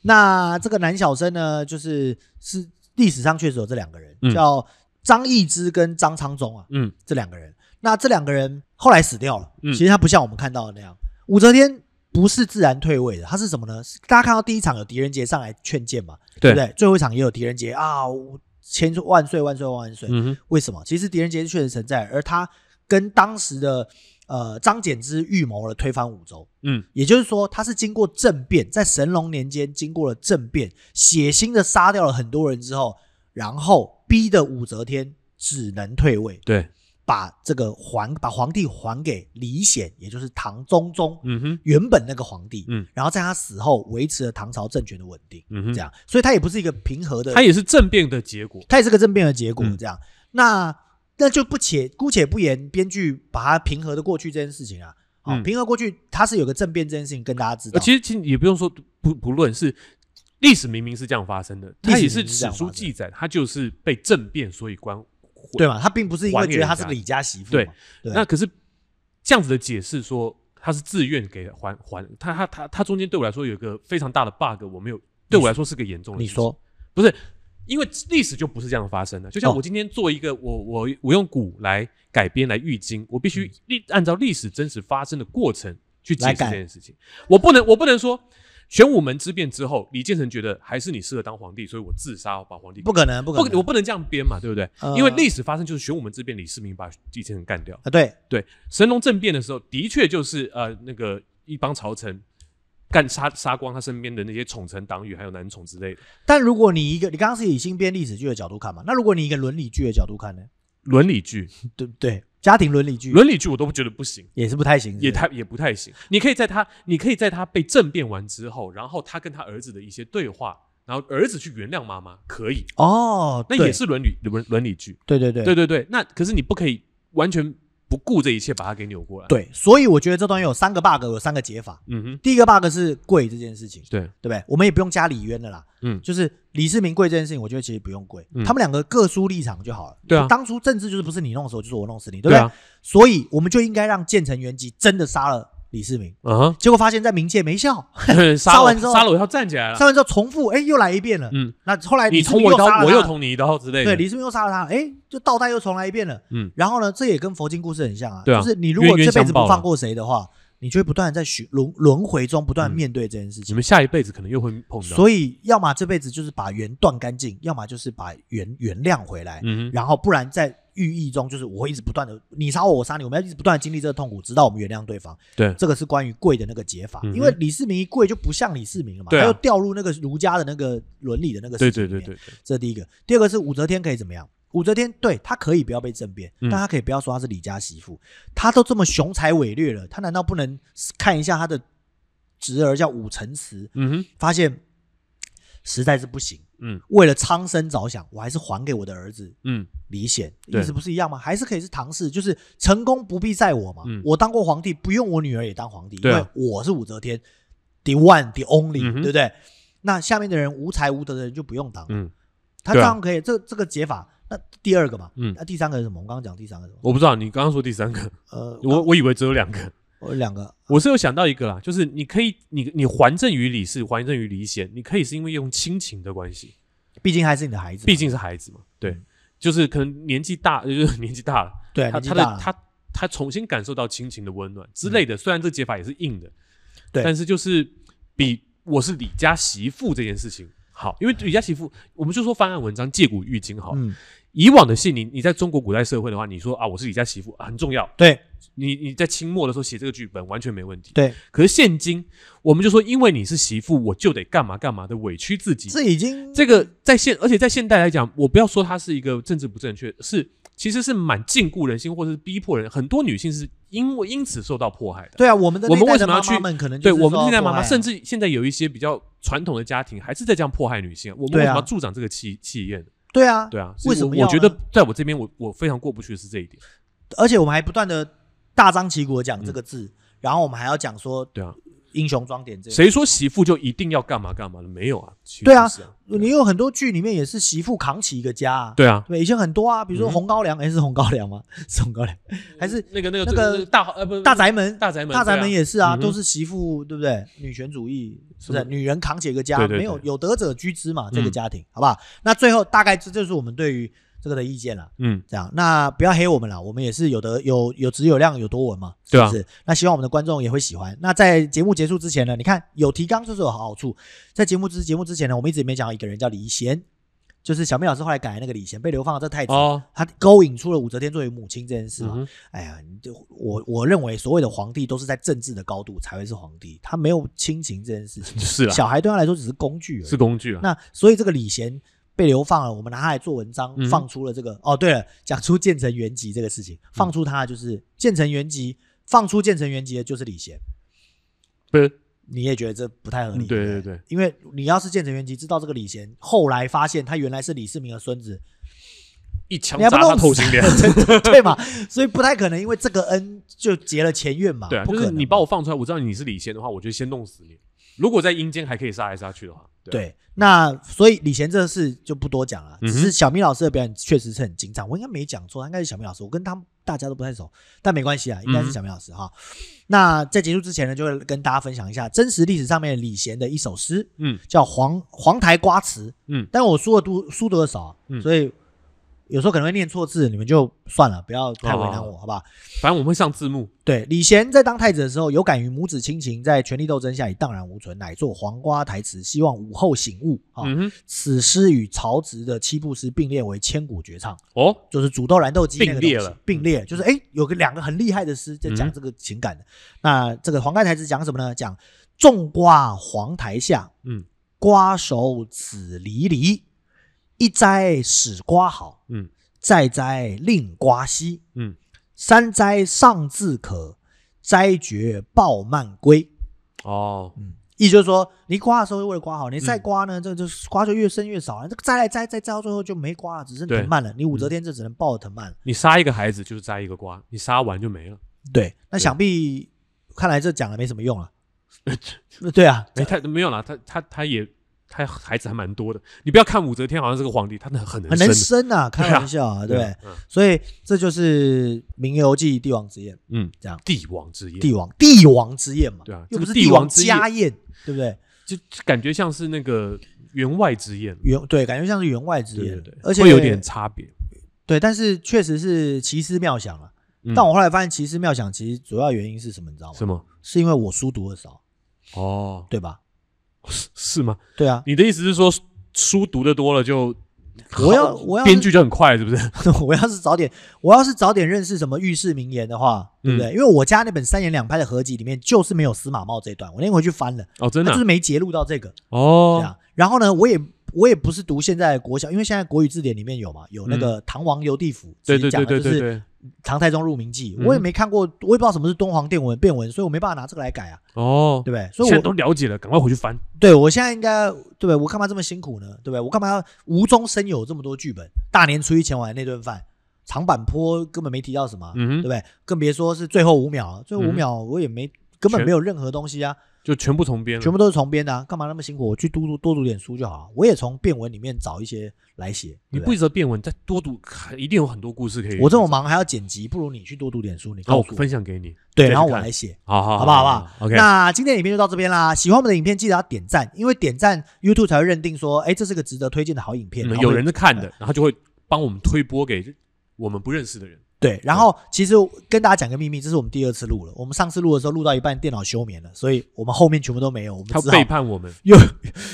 那这个男小生呢，就是是历史上确实有这两个人，嗯叫张易之跟张昌宗啊，嗯这两个人。那这两个人后来死掉了，嗯其实他不像我们看到的那样，武则天。不是自然退位的，他是什么呢？是大家看到第一场有狄仁杰上来劝谏嘛，对不对？最后一场也有狄仁杰啊，我千岁万岁万岁万岁！嗯哼，为什么？其实狄仁杰确实存在，而他跟当时的呃张柬之预谋了推翻五州，嗯，也就是说他是经过政变，在神龙年间经过了政变，血腥的杀掉了很多人之后，然后逼的武则天只能退位，对，把这个还把皇帝还给李显，也就是唐中宗，嗯哼，原本那个皇帝，嗯，然后在他死后维持了唐朝政权的稳定，嗯哼这样，所以他也不是一个平和的，它也是政变的结果。它也是个政变的结果，嗯这样。那那就不且姑且不言编剧把它平和的过去这件事情啊，好、嗯平和过去它是有个政变这件事情跟大家知道，呃其实其实也不用说不不论是历史明明是这样发生的，历史它也明是明是这史样书发生的记载，它就是被政变所以关。对嘛？他并不是因为还给觉得他人是家个李家媳妇嘛，对对那可是这样子的解释说他是自愿给还还他他他他中间对我来说有一个非常大的 bug，我没有对我来说是个严重的你事情。说不是？因为历史就不是这样发生的。就像哦我今天做一个我我我用古来改编来预经，我必须历按照历史真实发生的过程去嗯解来释改这件事情。我不能我不能说玄武门之变之后，李建成觉得还是你适合当皇帝，所以我自杀把皇帝不可能，不可不能，我不能这样编嘛，对不对？呃因为历史发生就是玄武门之变，李世民把李建成干掉。啊，对，对，神龙政变的时候，的确就是呃那个一帮朝臣干杀杀光他身边的那些宠臣党羽还有男宠之类的。但如果你一个你刚刚是以新编历史剧的角度看嘛，那如果你以一个伦理剧的角度看呢，伦理剧，对不对？家庭伦理剧伦理剧我都觉得不行，也是不太行，是不是也太也不太行。你可以在他，你可以在他被政变完之后，然后他跟他儿子的一些对话，然后儿子去原谅妈妈，可以，哦，那对也是伦理伦伦理剧。对对对对对对，那可是你不可以完全不顾这一切把它给扭过来。，对，所以我觉得这段有三个 bug，有三个解法。嗯哼，第一个 bug 是跪这件事情，对，对不对？我们也不用加李渊的啦，嗯就是李世民跪这件事情，我觉得其实不用跪，嗯他们两个各抒立场就好了。对啊当初政治就是不是你弄死我，就是我弄死你，对不对啊，所以我们就应该让建成元吉真的杀了李世民， 嗯结果发现在冥界没 效，哼，杀杀完完之后杀了我要站起来了杀。完之后重复，哎，又来一遍了。嗯，那后来你李世捅民我一杀了刀，我他又捅你一刀之类的。对，李世民又杀了他，哎，就倒带又重来一遍了。嗯，然后呢，这也跟佛经故事很像啊，对啊就是你如果冤冤这辈子相报不啊放过谁的话，你就会不断地在循轮轮回中不断嗯面对这件事情你。们下一辈子可能又会碰到。所以，要么这辈子就是把缘断干净，要么就是把缘原谅回来，嗯哼，然后不然在寓意中就是我会一直不断的你杀我，我杀你，我们要一直不断的经历这个痛苦，直到我们原谅对方。对这个是关于跪的那个解法，嗯哼因为李世民一跪就不像李世民了嘛，对啊他又掉入那个儒家的那个伦理的那个对世界对里对面对，对，这第一个。第二个是武则天可以怎么样？武则天对她可以不要被政变，嗯但她可以不要说她是李家媳妇，她都这么雄才伟略了，她难道不能看一下她的侄儿叫武承祠，嗯哼，发现实在是不行，嗯为了苍生着想，我还是还给我的儿子嗯李显，对意思不是一样吗？还是可以是唐氏，就是成功不必在我嘛。嗯我当过皇帝，不用我女儿也当皇帝，因对为啊我是武则天，the one the only，、嗯哼对不对？那下面的人无才无德的人就不用当，嗯，他这对啊样可以，这这个解法。那第二个嘛，嗯那第三个是什么？我刚刚讲第三个是什么？我不知道你刚刚说第三个，呃，我我以为只有两个，我两个，我是有想到一个啦，就是你可以你你还政于李氏，还政于李显，你可以是因为用亲情的关系，毕竟还是你的啊孩子嘛，毕竟是孩子嘛，对，就是可能年纪大， 就是年纪大了，对他年纪他大的了嗯他他重新感受到亲情的温暖之类的。虽然这解法也是硬的，对但是就是比我是李家媳妇这件事情好，因为李家媳妇，我们就说翻案文章借古喻今好了。嗯，以往的信，你你在中国古代社会的话，你说啊我是李家媳妇、啊很重要，对你你在清末的时候写这个剧本完全没问题。对，可是现今，我们就说因为你是媳妇，我就得干嘛干嘛的委屈自己，这已经这个在现，而且在现代来讲，我不要说它是一个政治不正确，是其实是蛮禁锢人心，或者是逼迫人。很多女性是因为因此受到迫害的。对啊，我们的我们那一代为什的么要妈去妈们可能对就是我们说现在妈迫妈，害啊甚至现在有一些比较传统的家庭还是在这样迫害女性。我们对啊为什么要助长这个气气焰？对啊，对啊，为什所以么我要我觉得呢，在我这边，我我非常过不去的是这一点。而且我们还不断的大张旗鼓的讲这个字，然后我们还要讲说对啊，英雄装点这个。谁说媳妇就一定要干嘛干嘛的？没有啊，其实对啊不是啊，你有很多剧里面也是媳妇扛起一个家、啊，对啊，对，以前很多啊，比如说嗯红高粱，哎、是红高粱吗？是红高粱，还是那个那个那个这大呃不大宅门？大宅门大宅对啊门也是啊，嗯哼都是媳妇，对不对？女权主义是不什是？么女人扛起一个家，对对对没有有德者居之嘛，这个嗯家庭，好不好？那最后大概这就是我们对于这个的意见了。嗯，这样，那不要黑我们啦，我们也是有的有有质有量有多文嘛，是对啊不是？那希望我们的观众也会喜欢。那在节目结束之前呢，你看有提纲就是有好处。在节目之节目之前呢，我们一直没讲到一个人叫李贤，就是小妹老师后来改的那个李贤被流放的这太子，哦，他勾引出了武则天作为母亲这件事嘛。嗯哼哎呀，你就我我认为所谓的皇帝都是在政治的高度才会是皇帝，他没有亲情这件事情，是啊，小孩对他来说只是工具而已。是工具啊。那所以这个李贤被流放了，我们拿他来做文章，嗯放出了这个。哦，对了，讲出建成原籍这个事情，放出他就是建成原籍，放出建成原籍的就是李贤。不是你也觉得这不太合理？嗯对对对对，因为你要是建成原籍，知道这个李贤，后来发现他原来是李世民的孙子，一枪你还砸不他弄透死 心凉。对嘛？所以不太可能，因为这个恩就结了前怨嘛。对啊，不就可是能你嘛把我放出来，我知道你是李贤的话，我就先弄死你。如果在阴间还可以杀来杀去的话，对啊，对，那所以李贤这事就不多讲了，嗯只哼是小明老师的表演确实是很精彩，我应该没讲错，他应该是小明老师，我跟他们大家都不太熟，但没关系啊，应嗯该是小明老师哈。那在结束之前呢，就会跟大家分享一下真实历史上面李贤的一首诗，嗯，叫《黄黄台瓜词》，嗯但我书的读书读的少啊，嗯所以有时候可能会念错字，你们就算了，不要太为难哦我，好不好？反正我们会上字幕。对，李贤在当太子的时候，有感于母子亲情在权力斗争下已荡然无存，乃作黄瓜台词，希望武后醒悟啊。嗯哼，此诗与曹植的七步诗并列为千古绝唱，哦，就是煮豆燃豆萁那个东西并列了嗯并列就是哎，有个两个很厉害的诗在讲这个情感的。那这个黄盖台词讲什么呢？讲种瓜黄台下，嗯瓜熟子离离，一摘使瓜好，嗯再摘令瓜稀。嗯，山摘尚自可，摘绝抱蔓归。哦，意思就是说，你刮的时候会为了刮嗯好，你再刮呢，这就是刮就越深越少了。这个摘来摘摘摘到最后就没刮了，只剩对嗯藤蔓了。你武则天这只能抱着藤蔓了。你杀一个孩子就是摘一个瓜，你杀完就没了。对，那想必看来这讲了没什么用 了。对啊，哎，他没有啦，他他他也他孩子还蛮多的。你不要看武则天好像是个皇帝，他很很能很能生的生啊，开啊玩笑啊，对不对嗯？所以这就是《名游记》帝王之宴，嗯，这样帝王之夜，帝王帝王之宴嘛，对啊又这不个是帝王之家宴，对不对？就就感觉像是那个员外之宴，员对，感觉像是员外之对对宴对，，而且会有点差别。对，但是确实是奇思妙想了。嗯但我后来发现，奇思妙想其实主要原因是什么，你知道吗？什么？是因为我书读的少，哦，对吧？是是吗？对啊， 你的意思是说书读的多了就我要我要是编剧就很快，是不是？我要是早点，我要是早点认识什么御世名言的话，对不嗯对？因为我家那本三言两拍的合集里面就是没有司马茂这一段，我那天回去翻了，哦，真的它啊、就是没截录到这个这哦，样。然后呢，我也我也不是读现在的国小，因为现在国语字典里面有嘛，有那个《唐王游地府》对直接讲嗯对对的对就对嗯是对，唐太宗入明记》，我也没看过，我也不知道什么是敦煌变文变文，所以我没办法拿这个来改啊，哦对，不对？所以现在我都了解了，赶快回去翻。对我现在应该对不对？我干嘛这么辛苦呢？对不对？我干嘛要无中生有这么多剧本？大年初一前晚的那顿饭，长坂坡根本没提到什么啊，嗯哼对不对？更别说是最后五秒，最后五嗯秒我也没、根本全嗯没有任何东西啊，就全部重编了，全部都是重编的、啊，干嘛那么辛苦？我去多读多读点书就好啊。我也从变文里面找一些来写，你对不不一则变文，再多读，一定有很多故事可以。对我这么，忙还要剪辑，不如你去多读点书，你然告后诉我我，分享给你。对，再去然后我看来写。好好，好不好？好不好 OK，那今天的影片就到这边啦。喜欢我们的影片，记得要点赞，因为点赞 YouTube 才会认定说，哎，这是个值得推荐的好影片。嗯然后有会人在看的，然后就会帮我们推播给我们不认识的人。对，然后其实跟大家讲个秘密，这是我们第二次录了。我们上次录的时候录到一半，电脑休眠了，所以我们后面全部都没有，我们他只好背叛我们，又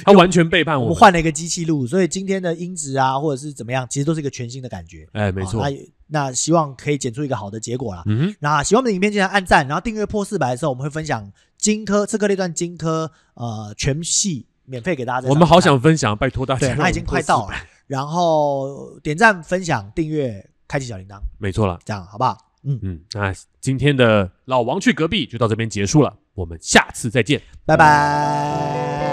他完全背叛我我们们。换了一个机器录，所以今天的音质啊，或者是怎么样，其实都是一个全新的感觉。哎，没错好。那那希望可以剪出一个好的结果啦。嗯哼，那喜欢我们的影片，记得按赞，然后订阅破四百的时候，我们会分享荆轲刺客列传荆轲呃全系免费给大家在上面看。我们好想分享，拜托大家。对，那已经快到了。。然后点赞、分享、订阅、开启小铃铛，没错了，这样好不好？嗯，嗯，那今天的老王去隔壁就到这边结束了，我们下次再见。拜拜。